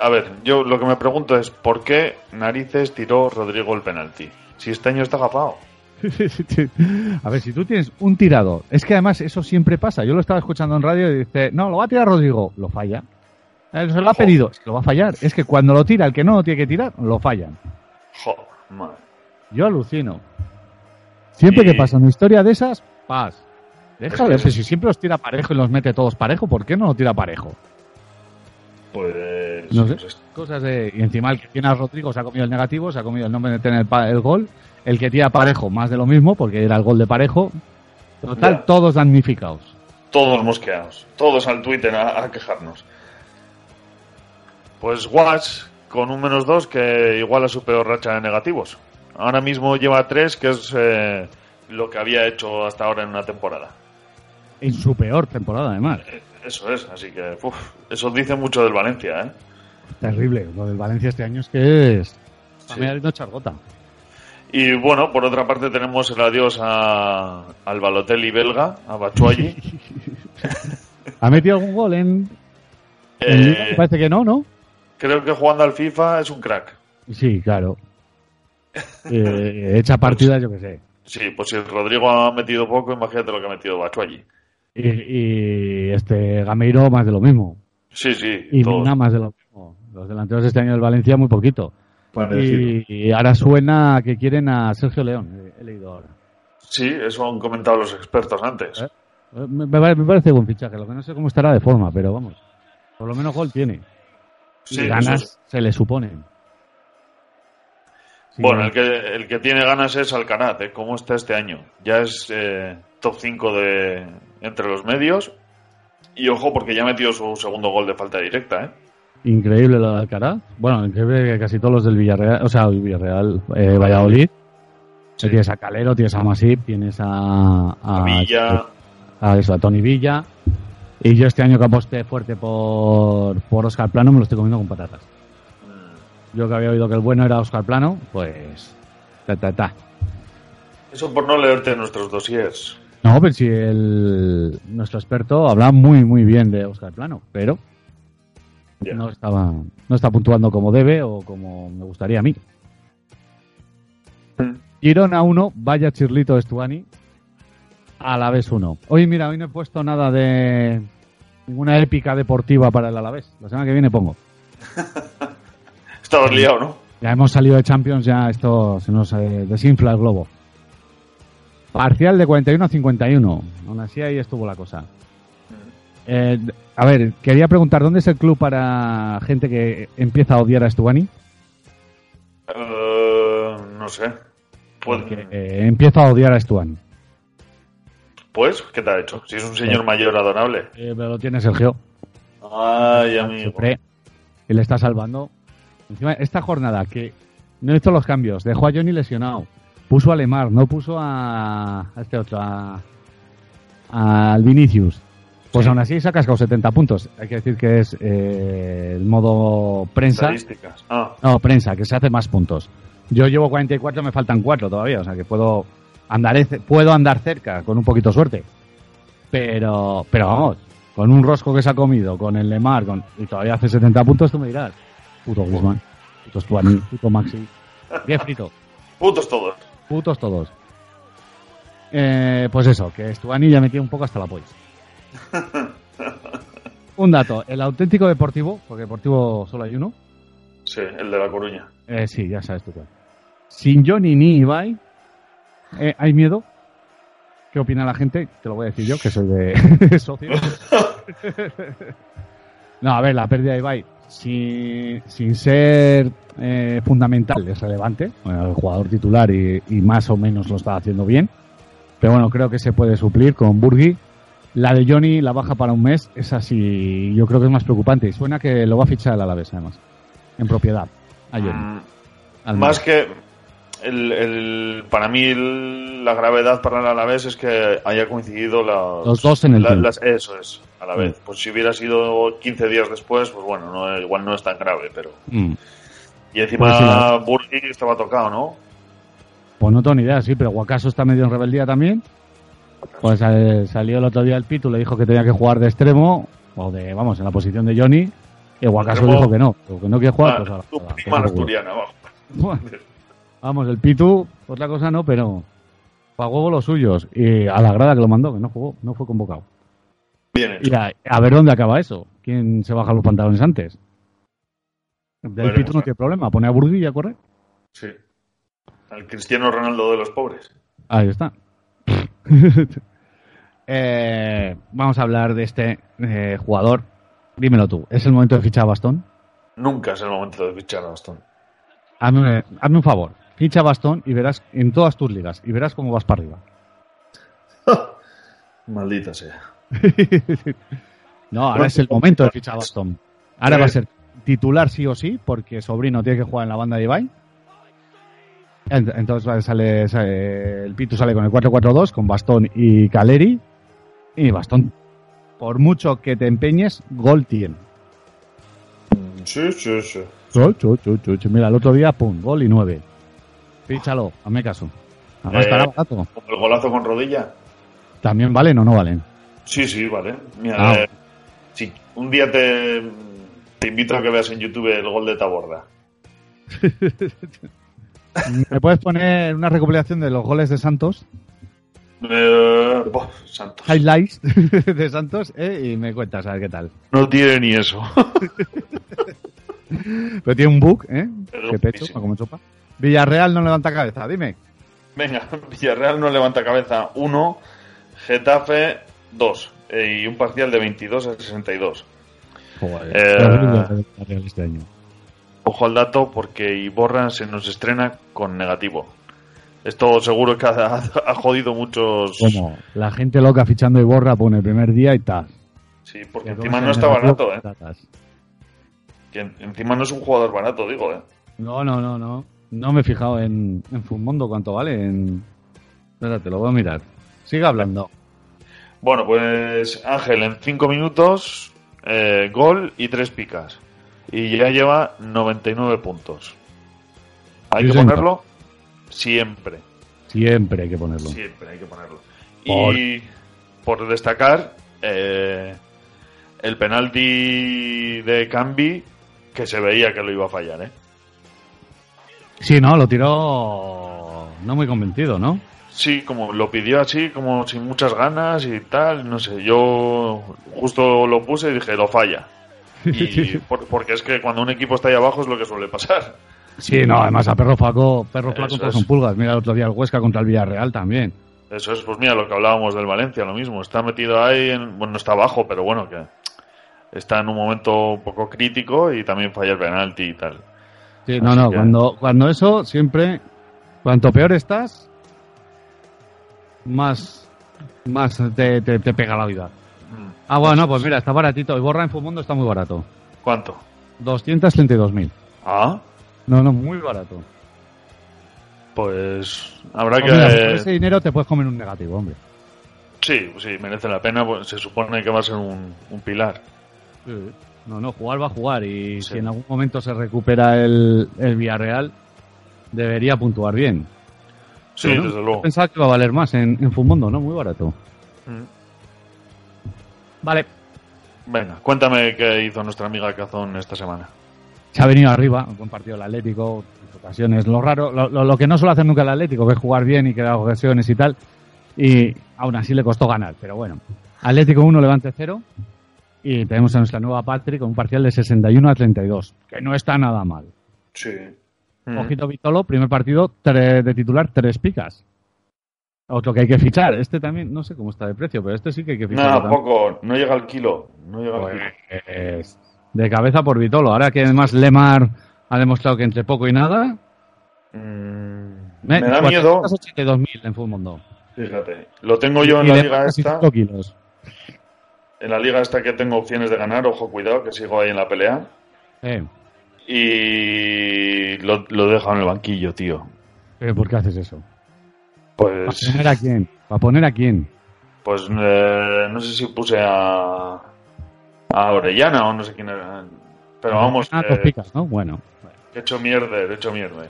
S7: A ver, yo lo que me pregunto es ¿por qué narices tiró Rodrigo el penalti? Si este año está agafado.
S6: a ver, si tú tienes un tirado, es que además eso siempre pasa. Yo lo estaba escuchando en radio y dice, no, lo va a tirar Rodrigo, lo falla. Eh, Se lo ha
S7: Ojo.
S6: pedido, es que lo va a fallar. Es que cuando lo tira el que no lo tiene que tirar, lo fallan.
S7: Jo, madre.
S6: Yo alucino. Siempre
S7: Sí.
S6: que pasa una historia de esas, paz.
S7: Es que
S6: Déjale,
S7: es-
S6: pues si siempre los tira parejo y los mete todos parejo, ¿por qué no lo tira parejo?
S7: Pues sé.
S6: No
S7: no
S6: sé. Cosas de. Y encima el que tiene a Rodrigo se ha comido el negativo, se ha comido el nombre de tener el, pa- el gol. El que tira a parejo, más de lo mismo, porque era el gol de parejo. Total,
S7: Ya.
S6: todos damnificados.
S7: Todos mosqueados. Todos al Twitter a, a quejarnos. Pues Watch con un menos dos que iguala su peor racha de negativos. Ahora mismo lleva tres, que es eh, lo que había hecho hasta ahora en una temporada.
S6: En su peor temporada, además.
S7: Eh, Eso es, así que uf, eso dice mucho del Valencia, ¿eh?
S6: Terrible. Lo del Valencia este año es que es. Para mí no chargota.
S7: Y bueno, por otra parte tenemos el adiós a, al Balotelli belga, a Bachuayi.
S6: ¿Ha metido algún gol en.? en Liga?
S7: Eh,
S6: Parece que no, ¿no?
S7: creo que jugando al FIFA es un crack.
S6: Sí, claro. Eh, hecha partida, yo qué sé.
S7: Sí, pues si Rodrigo ha metido poco, imagínate lo que ha metido Bachuayi.
S6: Y, y este Gameiro más de lo mismo.
S7: Sí, sí,
S6: Y
S7: todo.
S6: nada más de lo mismo. Los delanteros este año del Valencia muy poquito.
S11: Parecido.
S6: Y, y ahora suena que quieren a Sergio León. Eh, He leído ahora.
S7: Sí, eso han comentado los expertos antes.
S6: ¿Eh? Eh, Me, me pare- me parece buen fichaje. Lo que no sé cómo estará de forma, pero vamos. Por lo menos gol tiene.
S7: Sí,
S6: Y
S7: eso
S6: ganas
S7: es.
S6: se le suponen. Sí,
S7: Bueno, el que, el que tiene ganas es Alcaraz, ¿eh? ¿Cómo está este año? Ya es eh, top 5 de, entre los medios. Y ojo, porque ya ha metido su segundo gol de falta directa, ¿eh?
S6: Increíble lo de Alcaraz. Bueno, increíble que casi todos los del Villarreal, o sea, el Villarreal, eh, Valladolid.
S7: Sí.
S6: Tienes a Calero, tienes a Masip, tienes a, a,
S7: Villa,
S6: a Ah, eso, a Tony Villa. Y yo este año que aposté fuerte por, por Oscar Plano me lo estoy comiendo con patatas. Yo que había oído que el bueno era Oscar Plano, pues. Ta, ta, ta.
S7: Eso por no leerte nuestros dossiers.
S6: No, pero si el, nuestro experto habla muy, muy bien de Oscar Plano, pero
S7: Ya.
S6: no estaba no está puntuando como debe o como me gustaría a mí. Girona 1, vaya chirlito Estuani. Alavés 1. Hoy, mira, hoy no he puesto nada de. ninguna épica deportiva para el Alavés. La semana que viene pongo.
S7: Estabas liado, ¿no?
S6: Ya hemos salido de Champions, ya esto se nos eh, desinfla el globo. Parcial de 41 a 51. Aún así ahí estuvo la cosa. Eh, a ver, quería preguntar, ¿dónde es el club para gente que empieza a odiar a Stuani?
S7: Eh, no sé. Pues,
S6: Porque eh, empieza a odiar a Stuani.
S7: pues, ¿qué te ha hecho? Si es un señor
S6: Pues,
S7: mayor adorable.
S6: Eh, pero lo tiene Sergio.
S7: Ay, amigo.
S6: Siempre. Y le está salvando. Encima, esta jornada que no hizo los cambios, dejó a Johnny lesionado, puso a Lemar, no puso a, a este otro, a, al Vinicius. Pues aún así se ha cascado 70 puntos. Hay que decir que es eh, el modo prensa.
S7: Estadísticas. Ah,
S6: No, prensa, que se hace más puntos. Yo llevo 44, me faltan 4 todavía, o sea que puedo andar, puedo andar cerca, con un poquito de suerte. Pero, pero vamos, con un rosco que se ha comido, con el Lemar, con, y todavía hace 70 puntos, tú me dirás, puto Guzmán, puto Stuani, puto Maxi, bien frito,
S7: putos todos.
S6: putos todos. Eh, pues eso, que Stuani ya metió un poco hasta la polla. Un dato, el auténtico deportivo, porque deportivo solo hay uno,
S7: Sí, el de La Coruña.
S6: eh, sí, ya sabes tú cuál. Sin Johnny ni Ibai, eh, ¿hay miedo? ¿Qué opina la gente? Te lo voy a decir yo, que soy de socio. no, a ver, la pérdida de Ibai, sin, sin ser eh, fundamental, es relevante. Bueno, el jugador titular y, y más o menos lo está haciendo bien. Pero bueno, creo que se puede suplir con Burgi. La de Johnny, la baja para un mes, es así, yo creo que es más preocupante. Y suena que lo va a fichar el Alavés, además, en propiedad. A Johnny.
S7: Mm, Más
S6: Al menos.
S7: que. El, el- para mí, el- la gravedad para el Alavés es que haya coincidido las,
S6: Los dos en el Mm.
S7: la-
S6: tiempo.
S7: las- Eso es, a la vez. Pues si hubiera sido 15 días después, pues bueno, no, igual no es tan grave, pero.
S6: Mm.
S7: Y encima
S6: Pues sí, la-
S7: Burgi estaba tocado, ¿no?
S6: Pues no tengo ni idea, sí, pero Guacaso está medio en rebeldía también. Pues eh, salió el otro día el Pitu, le dijo que tenía que jugar de extremo, o de, vamos, en la posición de Johnny, y Guacaso
S7: Extremo.
S6: dijo que no, que no quiere jugar.
S7: Ah,
S6: pues,
S7: tu
S6: ahora-
S7: prima
S6: ahora-
S7: asturiana, vamos.
S6: Vamos, el Pitu, otra cosa no, pero pagó los suyos, y a la grada que lo mandó, que no jugó, no fue convocado.
S7: Bien hecho.
S6: Y a, a ver dónde acaba eso, quién se baja los pantalones antes. Del
S7: Veremos,
S6: Pitu no
S7: eh.
S6: tiene problema, pone a Burgui y a correr.
S7: Sí. Al Cristiano Ronaldo de los pobres.
S6: Ahí está. Eh, vamos a hablar de este eh, jugador. Dímelo tú, ¿es el momento de fichar a Bastón?
S7: Nunca es el momento de fichar a Bastón.
S6: Hazme, hazme un favor, ficha bastón y verás en todas tus ligas y verás cómo vas para arriba.
S7: Maldita sea.
S6: No, ahora es el momento de fichar a bastón. Ahora va a ser titular sí o sí, porque Sobrino tiene que jugar en la banda de Ibai. Ent- Entonces va- sale, sale- el Pitu sale con el 4-4-2, con Bastón y Caleri. Y Bastón, por mucho que te empeñes, gol tiene.
S7: Mm, Sí, sí, sí.
S6: Gol, chu, chu, chu, chu. Mira, el otro día, pum, gol y 9. Píchalo, hazme caso. Además,
S7: Eh.
S6: estará barato.
S7: Como El golazo con rodilla.
S6: ¿También valen o no valen?
S7: Sí, sí, vale. Mira,
S6: Ah.
S7: eh, si un día te, te invito a que veas en YouTube el gol de Taborda.
S6: ¿Me puedes poner una recopilación de los goles de Santos?
S7: Eh, boh, santo.
S6: Highlights de Santos eh, y me cuentas a ver qué tal.
S7: No tiene ni eso.
S6: Pero tiene un bug, ¿eh?
S7: Pero
S6: Que pecho,
S7: guapísimo.
S6: como sopa. Villarreal no levanta cabeza, dime.
S7: Venga, Villarreal no levanta cabeza 1, Getafe 2 y un parcial de 22 a 62.
S6: Joder.
S7: Eh. pues,
S6: Los gringos de Villarreal este año.
S7: Ojo al dato porque Iborra se nos estrena con negativo. Esto seguro que ha, ha jodido muchos.
S6: Como la gente loca fichando y borra, pone el primer día y tal.
S7: Sí, porque encima no está barato, ¿eh? Que en- encima no es un jugador barato, digo, ¿eh?
S6: No, no, no, no. No me he fijado en, en Fumondo cuánto vale. En... Espérate, lo voy a mirar. Sigue hablando.
S7: Bueno, pues Ángel, en 5 minutos, eh, gol y 3 picas. Y ya lleva 99 puntos. Hay
S6: Sí,
S7: que
S6: señor.
S7: ponerlo siempre.
S6: Siempre hay que ponerlo.
S7: Siempre hay que ponerlo.
S6: Por-
S7: Y por destacar, eh, el penalti de Cambi, que se veía que lo iba a fallar, ¿eh?
S6: Sí, no, lo tiró no muy convencido, ¿no?
S7: Sí, como lo pidió así, como sin muchas ganas y tal, no sé, yo justo lo puse y dije, lo falla. Y por- porque es que cuando un equipo está ahí abajo es lo que suele pasar.
S6: Sí, no, además a Perro Flaco, Perro
S7: Eso
S6: Flaco
S7: es.
S6: todos son pulgas. Mira el otro día el Huesca contra el Villarreal también.
S7: Eso es, pues mira, lo que hablábamos del Valencia, lo mismo, está metido ahí, en- bueno, no está abajo, pero bueno, que está en un momento un poco crítico y también falla el penalti y tal.
S6: Sí, no,
S7: Así
S6: no,
S7: que-
S6: cuando, cuando eso siempre, cuanto peor estás, más, más te, te- te pega la vida.
S7: Mm.
S6: Ah, bueno, no, pues mira, está baratito. Y Borra en Fumondo está muy barato.
S7: ¿Cuánto?
S6: 232.000.
S7: Ah,
S6: No, no, muy barato.
S7: pues habrá
S6: Pues mira, por
S7: que...
S6: ese dinero te puedes comer un negativo, hombre.
S7: Sí, sí, merece la pena, pues, se supone que va a ser un, un pilar.
S6: No, no, jugar va a jugar y
S7: Sí.
S6: si en algún momento se recupera el, el Villarreal, debería puntuar bien.
S7: Sí,
S6: Pero no,
S7: desde
S6: yo
S7: luego.
S6: Pensaba que iba a valer más en, en Fumondo, ¿no? Muy barato.
S7: Mm.
S6: Vale.
S7: Venga, cuéntame qué hizo nuestra amiga Cazón esta semana.
S6: se ha venido arriba, ha compartido el Atlético, en ocasiones, lo raro, lo, lo- lo que no suele hacer nunca el Atlético, que es jugar bien y crear ocasiones y tal, y aún así le costó ganar, pero bueno. Atlético 1, Levante 0, y tenemos a nuestra nueva Patri con un parcial de 61 a 32, que no está nada mal.
S7: Sí. Mm.
S6: Ojito Vitolo, primer partido tre- de titular, tres picas. Otro que hay que fichar, este también, no sé cómo está de precio, pero este sí que hay que fichar.
S7: No, poco, no llega al kilo. No llega al kilo.
S6: Pues, de cabeza por Vitolo. Ahora que además Lemar ha demostrado que entre poco y nada. eh,
S7: Mm, Me,
S6: Me,
S7: da miedo,
S6: 482.000 en Fumondo.
S7: fíjate. Lo tengo yo en la liga esta.
S6: kilos.
S7: En la liga esta que tengo opciones de ganar, ojo, cuidado, que sigo ahí en la pelea.
S6: Eh,
S7: Y lo, lo he dejado en el banquillo, tío.
S6: eh, ¿Por qué haces eso? ¿Para
S7: Pues,
S6: poner a quién? ¿Para poner a quién?
S7: pues eh, no sé si puse a, a Orellana o no sé quién era. Pero vamos, eh,
S6: Ah,
S7: que-
S6: dos picas, ¿no? Bueno.
S7: que he hecho mierda, he hecho mierda.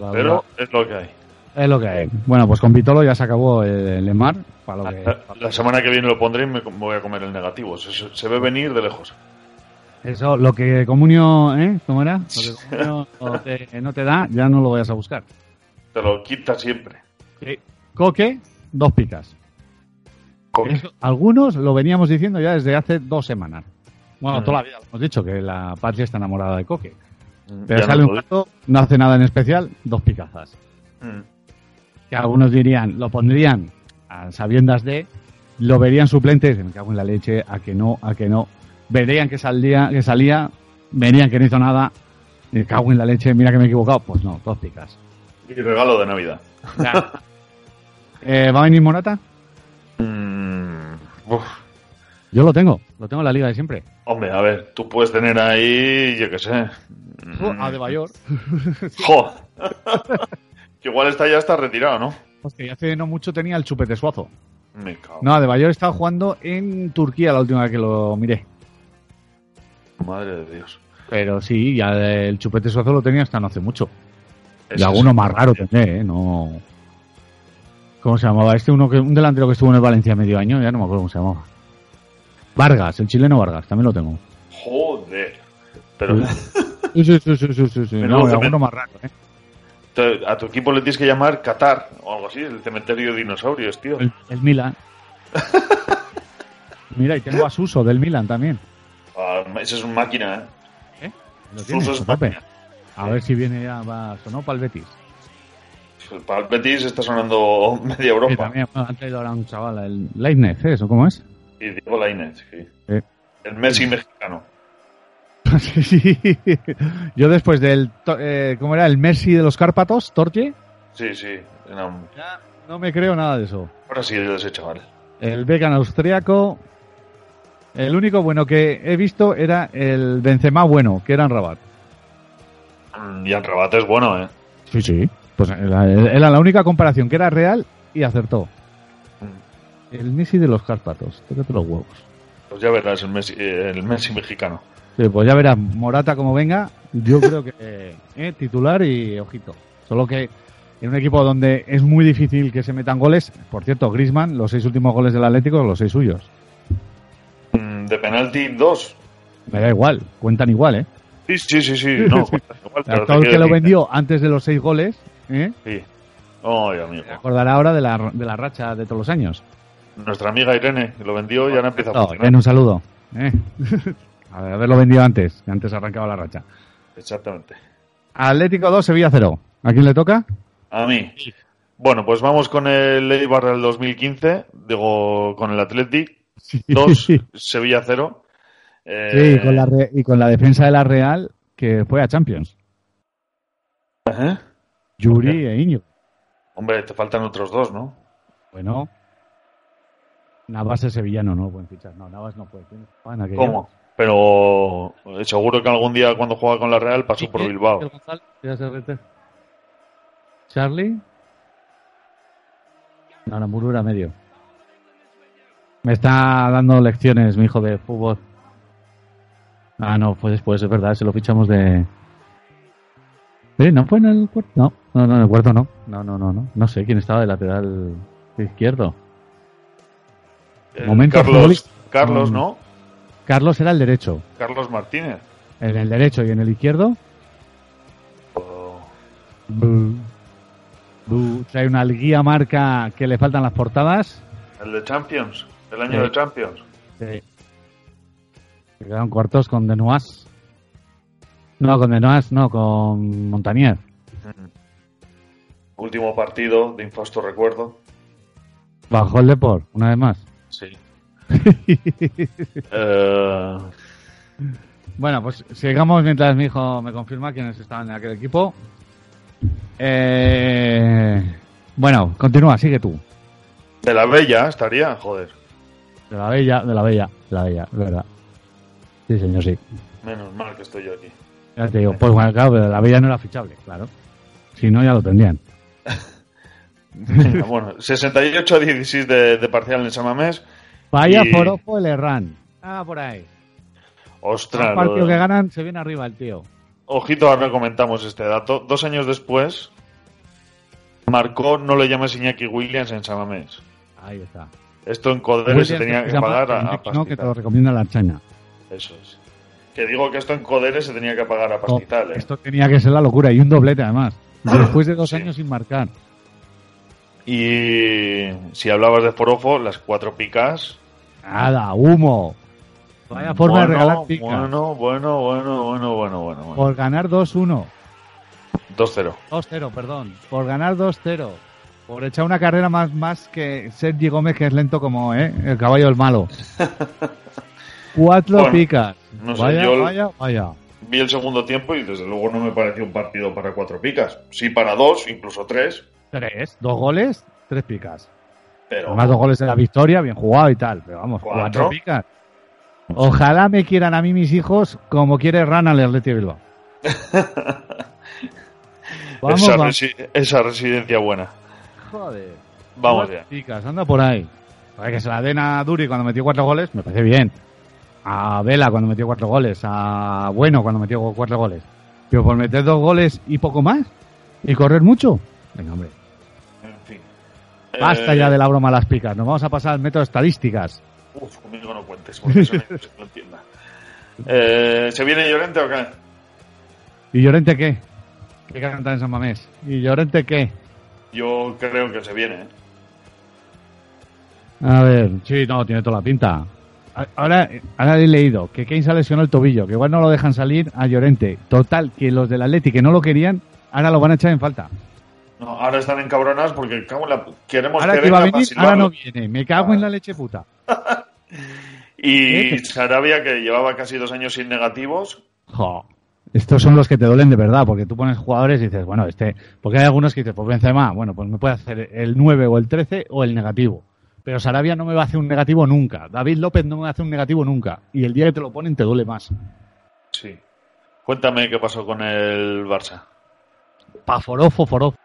S6: la verdad,
S7: Pero es lo que hay.
S6: es lo que hay. Bueno, pues con Vitolo ya se acabó el Lemar. Para lo que,
S7: La, la semana que viene lo pondré y me com- voy a comer el negativo. Se, se- se ve venir de lejos.
S6: eso, lo que Comunio, ¿eh? ¿Cómo era? Lo que Comunio no te, no te da, ya no lo vayas a buscar.
S7: Te lo quita siempre.
S6: Coque, dos picas.
S7: Coque.
S6: Eso, algunos lo veníamos diciendo ya desde hace dos semanas. Bueno,
S7: Mm.
S6: toda la vida lo hemos dicho, que la patria está enamorada de Coque.
S7: Ya
S6: Pero
S7: no
S6: sale un
S7: podéis.
S6: gato, no hace nada en especial, dos picazas.
S7: Mm.
S6: Que algunos dirían, lo pondrían a sabiendas de, lo verían suplente, y dicen, me cago en la leche, a que no, a que no. Verían que salía, que salía, venían que no hizo nada, me cago en la leche, mira que me he equivocado. Pues no, dos picas.
S7: Y regalo de Navidad.
S6: Eh, ¿Va a venir Morata?
S7: Mm, uf.
S6: Yo lo tengo, lo tengo en la liga de siempre.
S7: Hombre, a ver, tú puedes tener ahí, yo qué sé. mm,
S6: A De Bayor.
S7: ¡Jo! que igual está ya está retirado, ¿no?
S6: Pues que hace no mucho tenía el chupete suazo.
S7: Me cago.
S6: No, De Bayor estaba jugando en Turquía la última vez que lo miré.
S7: Madre de Dios.
S6: Pero sí, ya el chupete suazo lo tenía hasta no hace mucho. Y
S7: Ese
S6: alguno
S7: sí.
S6: más raro tendré, ¿eh? No... ¿Cómo se llamaba? Este uno que, un delantero que estuvo en el Valencia medio año, ya no me acuerdo cómo se llamaba. Vargas, el chileno Vargas, también lo tengo.
S7: Joder. Pero
S6: Sí, sí, sí, sí, sí, sí, sí.
S7: Menudo
S6: No, y
S7: cemen-
S6: alguno más raro, ¿eh?
S7: te- a tu equipo le tienes que llamar Qatar o algo así, el cementerio de dinosaurios, tío.
S6: El, el Milan. Mira, y tengo a Suso del Milan también.
S7: Ah, ese es un máquina, ¿eh?
S6: Lo
S7: Suso
S6: tienes,
S7: es
S6: a tope.
S7: máquina.
S6: A ver si viene ya, va, sonó para el Betis.
S7: ¿eh? Para el Betis está sonando media
S6: Y
S7: Europa.
S6: también bueno, han traído ahora un chaval, el Leibniz, ¿eh? ¿Eso cómo es?
S7: Y Diego Lainez, sí.
S6: Eh.
S7: El Messi mexicano.
S6: Sí, sí. Yo después del, to- eh, ¿cómo era? El Messi de los Cárpatos, Torje.
S7: Sí, sí. era un-
S6: No me creo nada de eso.
S7: Ahora sí, de ese chaval.
S6: El Becan austriaco. El único bueno que he visto era el Benzema bueno, que era en Rabat.
S7: Mm, Y el rebate es bueno, ¿eh?
S6: Sí, sí. Pues era, era la única comparación que era real y acertó. El Messi de los Cárpatos. Tócate los huevos.
S7: Pues ya verás, el Messi, eh, el Messi mexicano.
S6: Sí, pues ya verás, Morata como venga, yo creo que eh, eh, titular y ojito. Solo que en un equipo donde es muy difícil que se metan goles, por cierto, Grisman, los seis últimos goles del Atlético, los seis suyos.
S7: Mm, De penalti, dos.
S6: Me da igual, cuentan igual, ¿eh?
S7: Sí, sí, sí, sí. No, cuenta igual, pero te
S6: Hasta el
S7: quiero
S6: que lo
S7: decir-
S6: vendió antes de los seis goles, ¿eh?
S7: Sí. Ay, amigo.
S6: Se acordará ahora de la, de la racha de todos los años.
S7: Nuestra amiga Irene, que lo vendió, ya no empieza a
S6: No,
S7: funcionar.
S6: Irene, un saludo. ¿eh? A ver, haberlo vendido antes, que antes arrancaba la racha.
S7: Exactamente.
S6: Atlético 2, Sevilla 0. ¿A quién le toca?
S7: A mí. Bueno, pues vamos con el Eibar del 2015, digo, con el Athletic, 2, Sevilla Eh, 0.
S6: Sí, y con, la re- y con la defensa de la Real que fue a Champions. Yuri
S7: Ok.
S6: e Iñigo.
S7: Hombre, te faltan otros dos, ¿no?
S6: Bueno, Navas es sevillano, no, buen fichar. No, Navas no fue. ¿Quién jugaba en aquella?
S7: ¿Cómo? Pero eh, seguro que algún día cuando juega con la Real pasó por
S6: ¿Eh?
S7: Bilbao.
S6: ¿El González? ¿Era SRT? ¿Charlie? No, Namuru era medio. Me está dando lecciones, mi hijo de fútbol. Ah, no, fue después, es verdad, se lo fichamos de. ¿Eh? ¿No fue en el cuarto? No, no, no, en el cuarto no. No, no, no, no. No sé quién estaba de lateral izquierdo.
S7: Eh,
S6: Momento
S7: Carlos,
S6: futbolista.
S7: Carlos,
S6: Mm.
S7: ¿no?
S6: Carlos era el derecho.
S7: Carlos Martínez.
S6: En el derecho y en el izquierdo. Bu. Bu. Trae una guía marca que le faltan las portadas.
S7: El de Champions, el año
S6: Sí.
S7: de Champions.
S6: Sí. Se quedaron cuartos con Denoas. No, con Denoas, no, con Montanier.
S7: Último partido de infasto recuerdo.
S6: Bajó el Deport, una vez más.
S7: Sí. Eh,
S6: Bueno, pues sigamos mientras mi hijo me confirma quiénes estaban en aquel equipo. Eh, bueno, continúa, sigue tú.
S7: de la Bella estaría, joder.
S6: De la bella, de la bella, de la bella, de verdad. Sí, señor, sí.
S7: Menos mal que estoy yo aquí.
S6: Ya te digo, pues bueno, claro, pero la bella no era fichable, claro. Si no, ya lo tendrían.
S7: Venga, bueno, 68 a 16 de, de parcial en el Samamés.
S6: Vaya
S7: Y-
S6: por ojo el Herrán. Ah, por ahí.
S7: Ostras,
S6: Un partido
S7: lo-
S6: que ganan, se viene arriba el tío.
S7: ojito, ahora comentamos este dato. Dos años después, marcó no le llames Iñaki Williams en Samamés.
S6: Ahí está.
S7: Esto en Coderes Pues se
S6: Williams,
S7: tenía
S6: se
S7: que
S6: llama
S7: pagar a, a
S6: Enrique, ¿no? que te
S7: Pastital.
S6: lo recomienda la Archaña.
S7: Eso es. Que digo que esto en Coderes se tenía que pagar a
S6: No,
S7: Pastital. ¿eh?
S6: Esto tenía que ser la locura y un doblete además. Después de dos
S7: Sí.
S6: años sin marcar.
S7: Y si hablabas de Forofo, las cuatro picas.
S6: Nada, humo. Vaya forma de regalar pica.
S7: Bueno, bueno, bueno, bueno, bueno, bueno. bueno.
S6: Por ganar 2-1.
S7: 2-0.
S6: 2-0, perdón. Por ganar 2-0. Por echar una carrera más, más que Sergi Gómez, que es lento como ¿eh? el caballo del malo. Cuatro
S7: Bueno,
S6: picas.
S7: no sé,
S6: vaya,
S7: yo-
S6: vaya, vaya.
S7: vi el segundo tiempo y desde luego no me pareció un partido para cuatro picas. Sí para dos, incluso tres,
S6: Tres, dos goles, tres picas.
S7: pero
S6: Además, dos goles en la victoria, bien jugado y tal. Pero vamos,
S7: Cuatro.
S6: cuatro, picas. Ojalá me quieran a mí mis hijos como quiere Rana al Atleti de Bilbao. vamos,
S7: esa,
S6: vamos.
S7: resi- esa residencia buena.
S6: Joder.
S7: Vamos
S6: Cuatro
S7: ya.
S6: Picas, anda por ahí. Para que se la den a Duri cuando metió cuatro goles, me parece bien. A Vela cuando metió cuatro goles. A Bueno cuando metió cuatro goles. Pero por meter dos goles y poco más. Y correr mucho. Venga, hombre.
S7: En fin.
S6: Basta
S7: Eh,
S6: ya de la broma a las picas. Nos vamos a pasar al método de estadísticas.
S7: Uf, conmigo no cuentes, porque eso no se lo entienda. Eh, ¿Se viene Llorente o qué?
S6: ¿Y Llorente qué? ¿Qué canta en San Mamés? ¿Y Llorente qué?
S7: Yo creo que se viene. ¿eh?
S6: A ver, sí, no, tiene toda la pinta. A- Ahora, ahora he leído que Kane se ha lesionado el tobillo, que igual no lo dejan salir a Llorente. Total, que los del Atleti que no lo querían, ahora lo van a echar en falta.
S7: No, ahora están encabronadas porque cago en la pu- queremos
S6: Ahora
S7: que
S6: que va
S7: venga Ah. para
S6: a venir, ahora
S7: silbarlo.
S6: no viene. Me cago en la leche puta.
S7: Y
S6: ¿Qué?
S7: Sarabia, que llevaba casi dos años sin negativos,
S6: Jo. Estos son los que te duelen de verdad, porque tú pones jugadores y dices, bueno, este, porque hay algunos que dicen, pues Benzema, bueno, pues me puede hacer el 9 o el 13 o el negativo. Pero Sarabia no me va a hacer un negativo nunca. David López no me va a hacer un negativo nunca. Y el día que te lo ponen te duele más.
S7: sí. Cuéntame qué pasó con el Barça.
S6: Paforofo, forofo.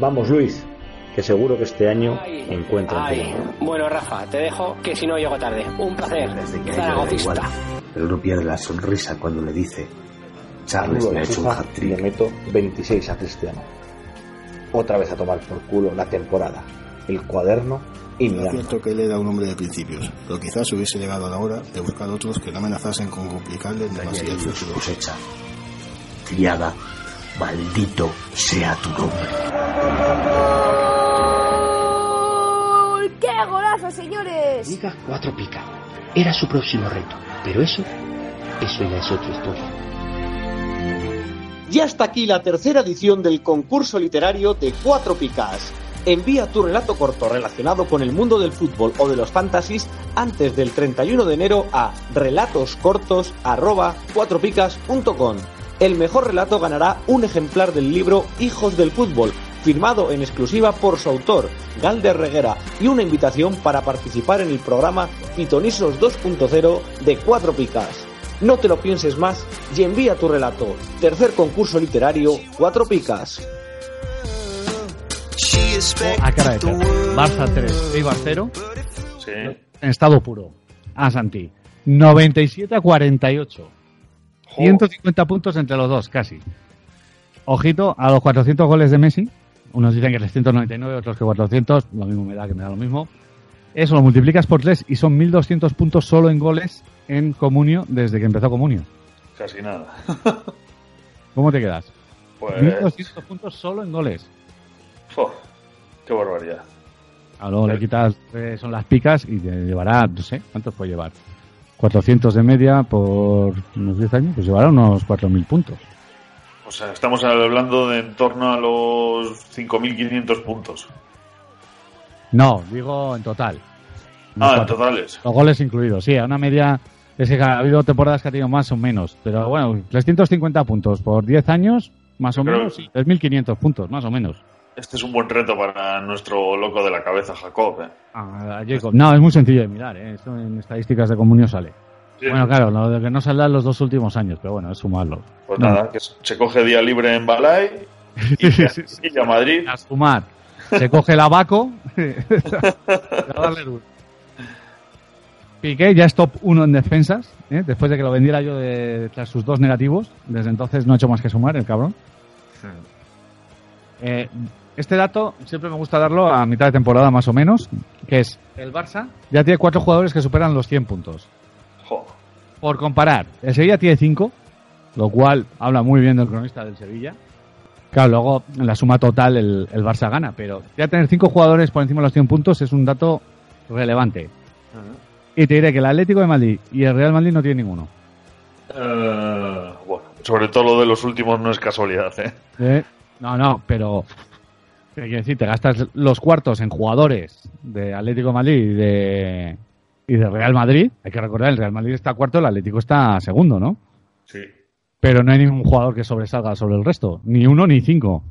S2: Vamos, Luis, que seguro que este año encuentra el camino.
S5: Bueno, Rafa, te dejo que si no llego tarde. Un placer.
S11: Desde que a ella le da igual, pero no pierde la sonrisa cuando le dice Charles
S2: Luego
S11: me ha hecho un
S2: empuja y le
S11: hat-trick.
S2: meto 26 a Cristiano. Otra vez a tomar por culo la temporada, el cuaderno y mi
S12: Es
S2: alma.
S12: cierto que él era un hombre de principios, pero quizás hubiese llegado a la hora de buscar otros que no amenazasen con complicarles demasiado el
S11: Añadido su
S12: futuro.
S11: cosecha. Criada, maldito sea tu nombre.
S3: ¡Qué golazo, señores!
S11: Liga 4 pica. Era su próximo reto. Pero eso, eso ya es otra historia.
S5: Y hasta aquí la tercera edición del concurso literario de Cuatro Picas. Envía tu relato corto relacionado con el mundo del fútbol o de los fantasies antes del 31 de enero a relatoscortos@cuatropicas.com. El mejor relato ganará un ejemplar del libro Hijos del fútbol, firmado en exclusiva por su autor, Galder Reguera, y una invitación para participar en el programa Pitonisos 2.0 de Cuatro Picas. No te lo pienses más y envía tu relato. Tercer concurso literario, Cuatro Picas.
S6: A cara de perro. Barça 3, Eibar 0.
S7: Sí.
S6: En estado puro. A Santi. 97 a 48.
S7: Jo,
S6: 150 puntos entre los dos, casi. Ojito a los 400 goles de Messi. Unos dicen que 399, otros que 400. Lo mismo me da, que me da lo mismo. Eso lo multiplicas por 3 y son 1200 puntos solo en goles en Comunio desde que empezó Comunio.
S7: Casi nada.
S6: ¿Cómo te quedas?
S7: Pues.
S6: 1200 puntos solo en goles.
S7: jo, qué barbaridad.
S6: Ah, luego le
S7: Claro.
S6: quitas, eh, son las picas y te llevará, no sé, ¿cuántos puede llevar? 400 de media por unos 10 años, pues llevará unos 4.000 puntos.
S7: O sea, estamos hablando de en torno a los 5.500 puntos.
S6: No, digo en total. Unos
S7: Ah, en
S6: cuatro-
S7: totales.
S6: Los goles incluidos, sí, a una media. Es que ha habido temporadas que ha tenido más o menos, pero bueno, 350 puntos por 10 años, más o
S7: Creo
S6: menos,
S7: que sí.
S6: 3.500 puntos, más o menos.
S7: Este es un buen reto para nuestro loco de la cabeza, Jacob. ¿eh?
S6: Ah, Jacob, No, es muy sencillo de mirar, ¿eh? esto en estadísticas de comunio sale.
S7: Sí.
S6: Bueno, claro, lo de que no saldrá en los dos últimos años, pero bueno, es sumarlo.
S7: Pues
S6: No.
S7: nada, que se coge día libre en Balay y a Madrid.
S6: a sumar. Se coge el abaco. A darle duro. Piqué ya es top 1 en defensas, ¿eh? después de que lo vendiera yo de, tras sus dos negativos. Desde entonces no ha hecho más que sumar, el cabrón. Eh, este dato siempre me gusta darlo a mitad de temporada más o menos, que es el Barça ya tiene cuatro jugadores que superan los 100 puntos.
S7: Jo,
S6: Por comparar, el Sevilla tiene 5, lo cual habla muy bien del cronista del Sevilla. Claro, luego en la suma total el, el Barça gana, pero ya tener 5 jugadores por encima de los 100 puntos es un dato relevante. Y te diré que el Atlético de Madrid y el Real Madrid no tienen ninguno.
S7: Eh, bueno, sobre todo lo de los últimos no es casualidad. ¿eh?
S6: ¿eh? No, no, pero Te quiero decir, te gastas los cuartos en jugadores de Atlético de Madrid y de, y de Real Madrid. Hay que recordar, el Real Madrid está cuarto, el Atlético está segundo, ¿no?
S7: Sí.
S6: Pero no hay ningún jugador que sobresalga sobre el resto, ni uno ni cinco.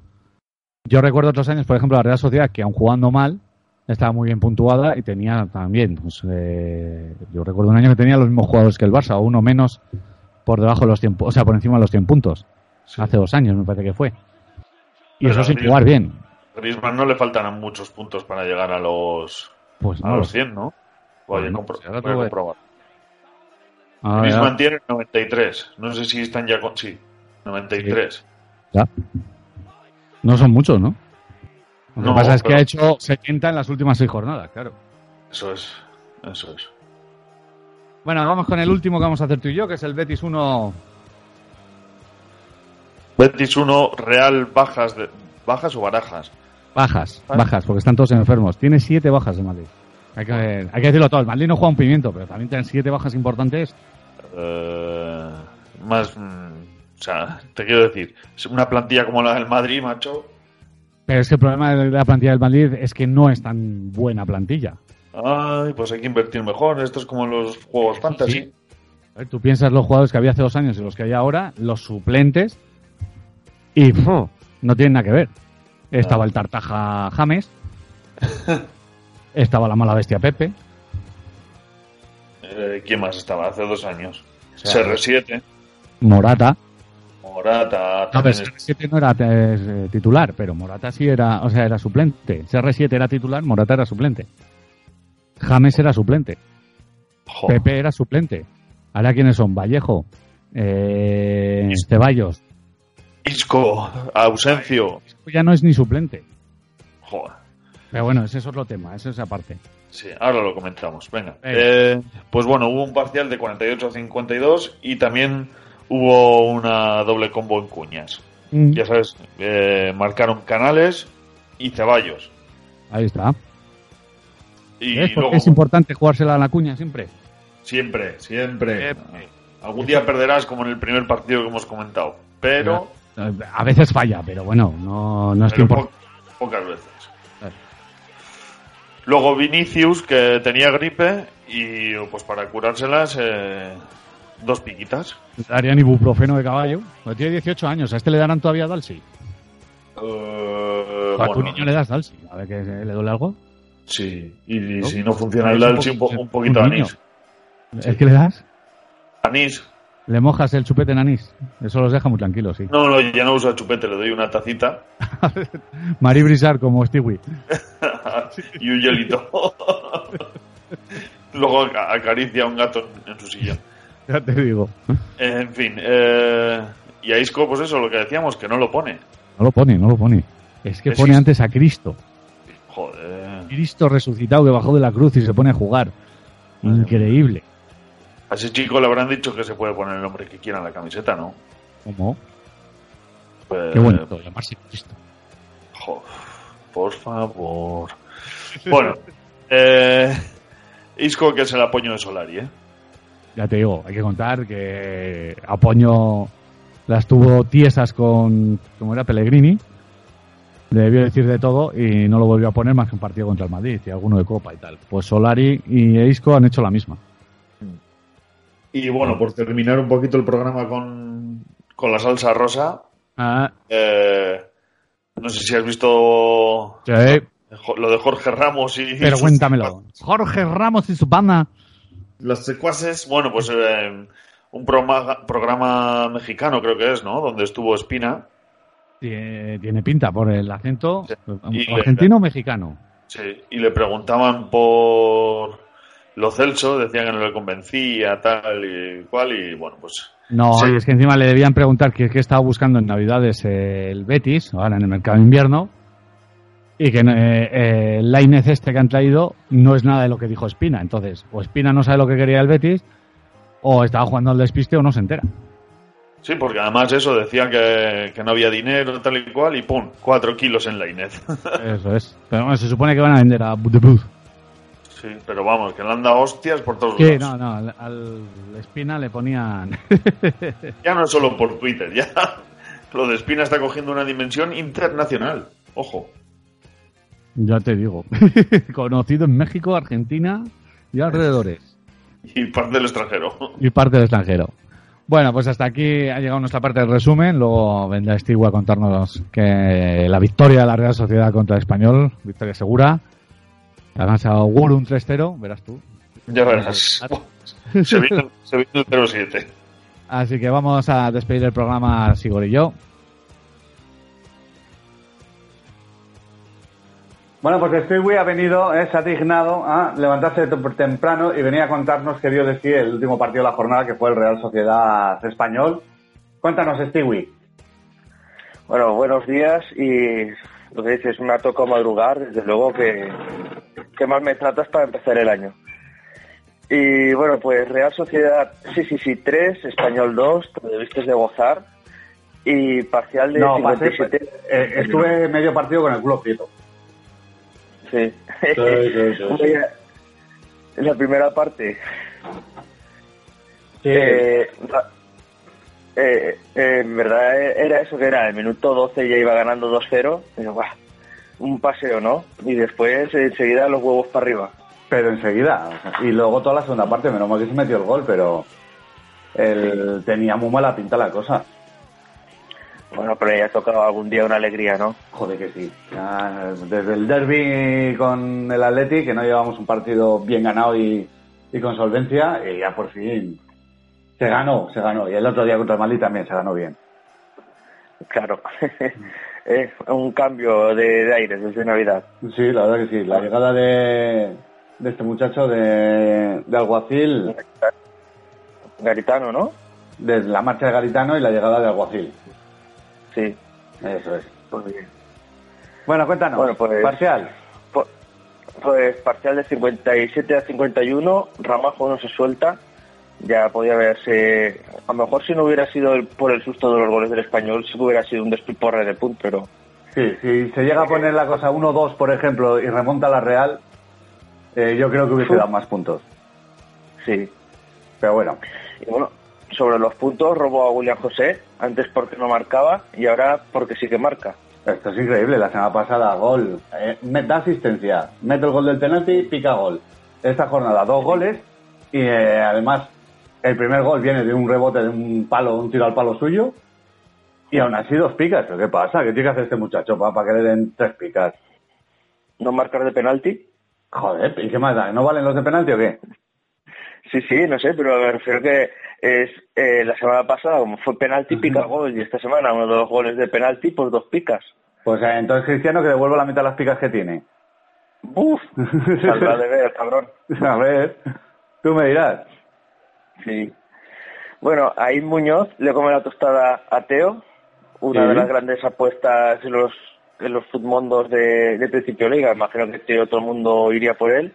S6: Yo recuerdo otros años, por ejemplo, la Real Sociedad, que aun jugando mal, estaba muy bien puntuada y tenía también, pues, eh, yo recuerdo un año que tenía los mismos jugadores que el Barça, o uno menos por debajo de los 100, pu- o sea, por encima de los 100 puntos. Hace dos años me parece que fue. Y
S7: Pero
S6: eso sin
S7: Griezmann-
S6: jugar bien.
S7: Griezmann no le faltan muchos puntos para llegar a los,
S6: Pues
S7: a
S6: no lo
S7: los
S6: sé.
S7: 100, ¿no? Voy a
S6: Bueno,
S7: compro-
S6: pues ahora
S7: voy a
S6: tú ve.
S7: comprobar.
S6: Ah,
S7: Griezmann
S6: ya.
S7: tiene 93. No sé si están ya con. Sí, 93.
S6: Ya. No son muchos, ¿no? Lo que
S7: No,
S6: pasa es que
S7: pero-
S6: ha hecho 70 en las últimas seis jornadas, claro.
S7: Eso es. Eso es.
S6: Bueno, vamos con el último que vamos a hacer tú y yo, que es el Betis 1.
S7: Betis 1, Real bajas. de- ¿Bajas o barajas?
S6: Bajas, bajas, porque están todos enfermos. Tiene siete bajas el Madrid. Hay que, hay que decirlo todo. El Madrid no juega un pimiento, pero también tienen siete bajas importantes.
S7: Eh, más. mm, o sea, te quiero decir, es una plantilla como la del Madrid, macho.
S6: Pero es que el problema de la plantilla del Madrid es que no es tan buena plantilla.
S7: Ay, pues hay que invertir mejor. Esto es como los juegos fantasy.
S6: A ver, Tú piensas los jugadores que había hace dos años y los que hay ahora, los suplentes, y ¡fu! no tienen nada que ver. Estaba el Tartaja James, estaba la mala bestia Pepe,
S7: Eh, ¿Quién más estaba? Hace dos años.
S6: sea,
S7: CR7,
S6: Morata.
S7: Morata.
S6: No,
S7: también
S6: pero CR7 no era eh, titular, pero Morata sí era, o sea, era suplente. CR7 era titular, Morata era suplente. James era suplente.
S7: Jo.
S6: Pepe era suplente. Ahora quiénes son? Vallejo, eh, Ceballos.
S7: Isco, Ausencio.
S6: Ya no es ni suplente.
S7: Joder.
S6: Pero bueno, ese es otro tema, ese es aparte.
S7: Sí, ahora lo comentamos. Venga. Eh, pues bueno, hubo un parcial de 48 a 52 y también hubo una doble combo en cuñas.
S6: Mm.
S7: Ya sabes, eh, marcaron Canales y Ceballos.
S6: Ahí está.
S7: Y
S6: ¿Ves por
S7: luego,
S6: qué es importante jugársela a la cuña siempre?
S7: siempre, siempre.
S6: Eh,
S7: Algún día perderás como en el primer partido que hemos comentado. Pero,
S6: Eh, A veces falla, pero bueno, no, no es que
S7: pero
S6: importa.
S7: po- pocas veces. Luego Vinicius, que tenía gripe y pues para curárselas, eh, dos piquitas.
S6: Le Darían ibuprofeno de caballo. Pues tiene 18 años, a este le darán todavía Dalsi.
S7: Eh,
S6: a tu
S7: bueno,
S6: niño le das Dalsi, a ver que eh, le duele algo.
S7: Sí, y, y
S6: ¿No?
S7: si no funciona el
S6: Es un
S7: Dalsi, un, po-
S6: poquito-
S7: un poquito de
S6: un niño.
S7: anís.
S6: ¿Es que le das?
S7: Anís.
S6: Le mojas el chupete en anís. Eso los deja muy tranquilos, sí.
S7: No, no, ya no uso chupete, le doy una tacita
S6: Marí Brisar como Stewie.
S7: y un hielito. Luego aca- acaricia a un gato en- en su sillón.
S6: Ya te digo.
S7: Eh, En fin, eh, y a Isco, pues eso, lo que decíamos, que no lo pone.
S6: No lo pone, no lo pone. Es que
S7: Es
S6: pone
S7: que-
S6: antes a Cristo.
S7: Joder.
S6: Cristo resucitado que bajó de la cruz y se pone a jugar. Increíble.
S7: A ese chico le habrán dicho que se puede poner el nombre que quiera en la camiseta, ¿no?
S6: ¿Cómo?
S7: Pues,
S6: Qué bonito, llamarse Cristo.
S7: Jo, por favor. Bueno, eh, Isco que es el apoyo de Solari, ¿eh?
S6: Ya te digo, hay que contar que Apoño las tuvo tiesas con, como era Pellegrini, le debió decir de todo y no lo volvió a poner más que un partido contra el Madrid y alguno de Copa y tal. Pues Solari y Isco han hecho la misma.
S7: Y bueno, por terminar un poquito el programa con, con la salsa rosa,
S6: Ah,
S7: eh, no sé si has visto
S6: sí, pero
S7: jo- lo de Jorge Ramos y... y sus-
S6: cuéntamelo. Jorge Ramos y su banda.
S7: Los secuaces, bueno, pues eh, un programa, programa mexicano creo que es, ¿no? Donde estuvo Espina.
S6: Tiene, tiene pinta por el acento
S7: Y-
S6: argentino o mexicano.
S7: Sí, y le preguntaban por lo Celso, decían que no le convencía, tal y cual, y bueno, pues
S6: No,
S7: Sí.
S6: y es que encima le debían preguntar que, que estaba buscando en Navidades eh, el Betis, ahora en el mercado de invierno, y que eh, el Lainez este que han traído no es nada de lo que dijo Espina. Entonces, o Espina no sabe lo que quería el Betis, o estaba jugando al despiste o no se entera.
S7: sí, porque además eso, decían que, que no había dinero, tal y cual, y pum, cuatro kilos en la Inés.
S6: Eso es. Pero bueno, se supone que van a vender a Budebuz.
S7: sí, pero vamos, que le han dado hostias por todos
S6: Que
S7: lados.
S6: no, no, al, al Espina le ponían...
S7: Ya no es solo por Twitter, ya lo de Espina está cogiendo una dimensión internacional, ojo.
S13: Ya te digo. Conocido en México, Argentina y alrededores.
S7: Y parte del extranjero.
S13: Y parte del extranjero. Bueno, pues hasta aquí ha llegado nuestra parte del resumen. Luego vendrá Estigua a contarnos que la victoria de la Real Sociedad contra el Español, victoria segura. Ha ganado Wolun 3-0, verás tú.
S7: Ya verás. Se viene, se viene el 0-7.
S13: Así que vamos a despedir el programa Sigor y yo.
S6: Bueno, pues Stewie ha venido, eh, se ha dignado a levantarse tem- temprano y venir a contarnos qué dio de sí el último partido de la jornada, que fue el Real Sociedad Español. Cuéntanos, Stewie.
S14: Bueno, buenos días y lo que dices, me ha tocado madrugar, desde luego que, que mal me tratas para empezar el año. Y bueno, pues Real Sociedad, sí, sí, sí, 3, Español 2, te debiste de gozar y parcial de
S6: No, pasé,
S14: 57.
S6: eh, estuve medio partido con el culo frito.
S14: Sí.
S6: Sí, sí, sí, sí.
S14: Oye, La primera parte.
S6: Sí.
S14: Eh, ra- eh, eh, en verdad eh, era eso que era, el minuto 12 ya iba ganando 2-0, y yo, "Buah, un paseo, ¿no? Y después eh, enseguida los huevos para arriba.
S6: Pero enseguida. o sea, Y luego toda la segunda parte, menos mal que se metió el gol, pero el, tenía muy mala pinta la cosa.
S14: Bueno, pero ya tocaba algún día una alegría, ¿no?
S6: Joder que sí. Ya, Desde el derby con el Atleti, que no llevamos un partido bien ganado y, y con solvencia, y ya por fin se ganó, se ganó. Y el otro día contra el Mali también se ganó bien.
S14: Claro. Eh, un cambio de, de aires desde Navidad.
S6: Sí, la verdad que sí. La llegada de, de este muchacho de, de Alguacil...
S14: Garitano, ¿no?
S6: De la marcha de Garitano y la llegada de Alguacil.
S14: Sí.
S6: Eso es.
S14: Pues bien.
S6: Bueno, cuéntanos.
S14: Bueno, pues-
S6: Parcial.
S14: Pues parcial de 57 a 51, Ramajo no se suelta. Ya podía haberse. A lo mejor si no hubiera sido el- por el susto de los goles del español, sí que hubiera sido un despiporre de punt, pero.
S6: Sí, si se llega a poner la cosa 1-2, por ejemplo, y remonta la Real, eh, yo creo que hubiese dado más puntos.
S14: Sí.
S6: Pero bueno.
S14: Y bueno, sobre los puntos, robó a William José, antes porque no marcaba y ahora porque sí que marca.
S6: Esto es increíble, la semana pasada gol, eh, me da asistencia, mete el gol del penalti, pica gol. Esta jornada dos goles y eh, además el primer gol viene de un rebote, de un palo, un tiro al palo suyo y aún así dos picas. ¿Pero qué pasa? ¿Qué tiene que hacer este muchacho para, que le den tres picas?
S14: ¿No marcar de penalti?
S6: Joder, ¿y qué más da? ¿No valen los de penalti o qué?
S14: Sí, sí, no sé, pero me refiero que es eh, la semana pasada, como fue penalti, pica gol, y esta semana uno de los goles de penalti, pues dos picas.
S6: Pues eh, entonces Cristiano que devuelva la mitad de las picas que tiene.
S14: ¡Buf! Saldrá de ver, cabrón.
S6: A ver, tú me dirás.
S14: Sí. Bueno, ahí Muñoz le come la tostada a Teo, una
S6: Sí.
S14: de las grandes apuestas en los, en los futmondos de, de principio de liga. Imagino que Teo todo el mundo iría por él.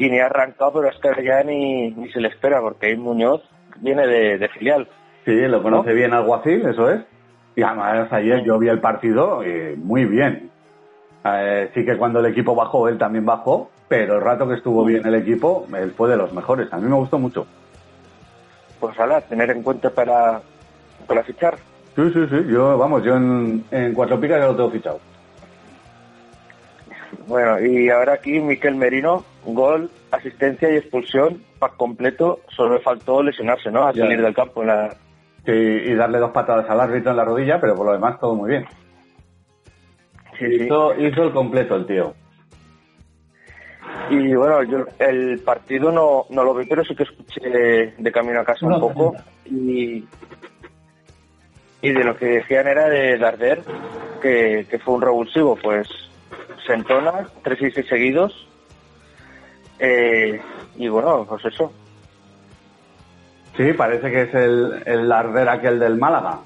S14: Y ni ha arrancado, pero es que ya ni, ni se le espera, porque ahí Muñoz viene de, de filial.
S6: Sí, lo conoce bien Alguacil, eso es. Y además ayer yo vi el partido eh, muy bien. Eh, sí que cuando el equipo bajó, él también bajó, pero el rato que estuvo bien el equipo, él fue de los mejores. A mí me gustó mucho.
S14: Pues ala, tener en cuenta para, para fichar.
S6: Sí, sí, sí. Yo, vamos, yo en, en cuatro picas ya lo tengo fichado.
S14: Bueno, y ahora aquí Miquel Merino, gol, asistencia y expulsión, pack completo. Solo le faltó lesionarse, ¿no? A
S6: Ya.
S14: salir del campo. en la-
S6: Sí, y darle dos patadas al árbitro en la rodilla, pero por lo demás todo muy bien. hizo, hizo el completo el tío.
S14: Y bueno, yo el partido no, no lo vi, pero sí que escuché de camino a casa un poco. Y, y de lo que decían era de Darder, que, que fue un revulsivo, pues Sentona, 3 y 6 seguidos. Eh, y bueno, pues eso.
S6: Sí, parece que es el, el arder aquel del Málaga.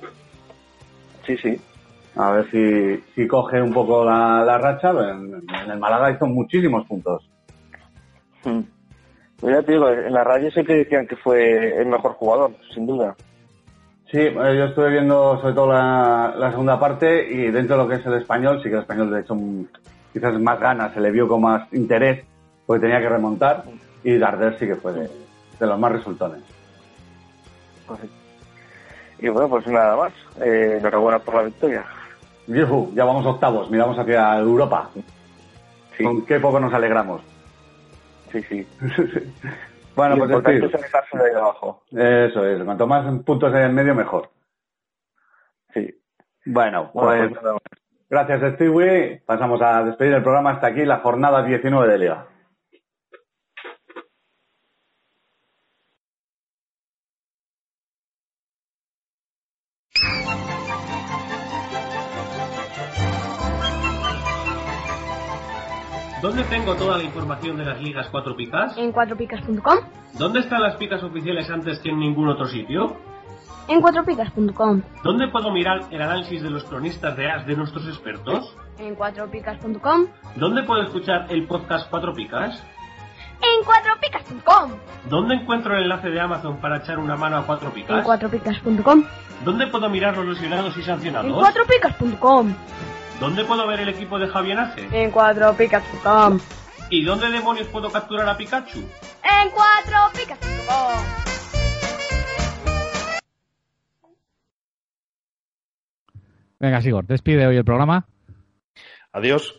S14: Sí, sí.
S6: A ver si, si coge un poco la, la racha. En, en el Málaga hizo muchísimos puntos.
S14: Mm. Yo ya te digo, en la radio siempre decían que fue el mejor jugador, sin duda.
S6: Sí, eh, yo estuve viendo sobre todo la, la segunda parte y dentro de lo que es el español, sí que el español le hecho quizás más ganas, se le vio con más interés, porque tenía que remontar y Darder sí que fue de, de los más resultones.
S14: Y bueno, pues nada más. Eh, enhorabuena por la victoria.
S6: Yujú, ya vamos octavos, miramos hacia Europa. Con qué poco nos alegramos.
S15: Sí, sí.
S6: Bueno,
S15: Lo
S6: pues
S15: importante
S6: decir,
S15: es alejarse de ahí abajo.
S6: Eso es, cuanto más puntos en el medio, mejor.
S15: Sí.
S6: Bueno,
S15: Bueno,
S6: pues,
S15: pues nada más.
S6: gracias, Stewie. Pasamos a despedir el programa. Hasta aquí la jornada 19 de Liga.
S14: ¿Dónde tengo toda la información de las ligas 4 picas?
S3: En cuatropicas.com.
S14: ¿Dónde están las picas oficiales antes que en ningún otro sitio?
S3: En cuatropicas.com.
S14: ¿Dónde puedo mirar el análisis de los cronistas de AS de nuestros expertos?
S3: En cuatropicas.com.
S14: ¿Dónde puedo escuchar el podcast 4 picas?
S3: En cuatropicas.com.
S14: ¿Dónde encuentro el enlace de Amazon para echar una mano a 4
S3: En
S14: picas?
S3: cuatropicas.com.
S14: ¿Dónde puedo mirar los lesionados y
S3: En
S14: sancionados?
S3: cuatropicas.com.
S14: ¿Dónde puedo ver el equipo de Javier Ace?
S3: En cuatropicas.com.
S14: ¿Y dónde demonios puedo capturar a Pikachu?
S3: En cuatropicas.com.
S16: Venga, Sigor, despide hoy el programa.
S7: Adiós.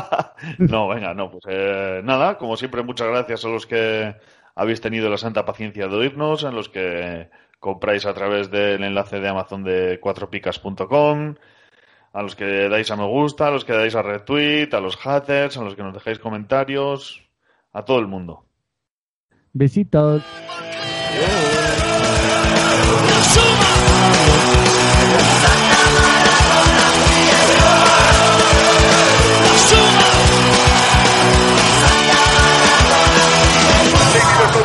S7: no, venga, no, pues eh, nada, como siempre, muchas gracias a los que habéis tenido la santa paciencia de oírnos, a los que compráis a través del enlace de Amazon de cuatropicas.com, a los que dais a me gusta, a los que dais a retweet, a los haters, a los que nos dejáis comentarios, a todo el mundo.
S16: Besitos.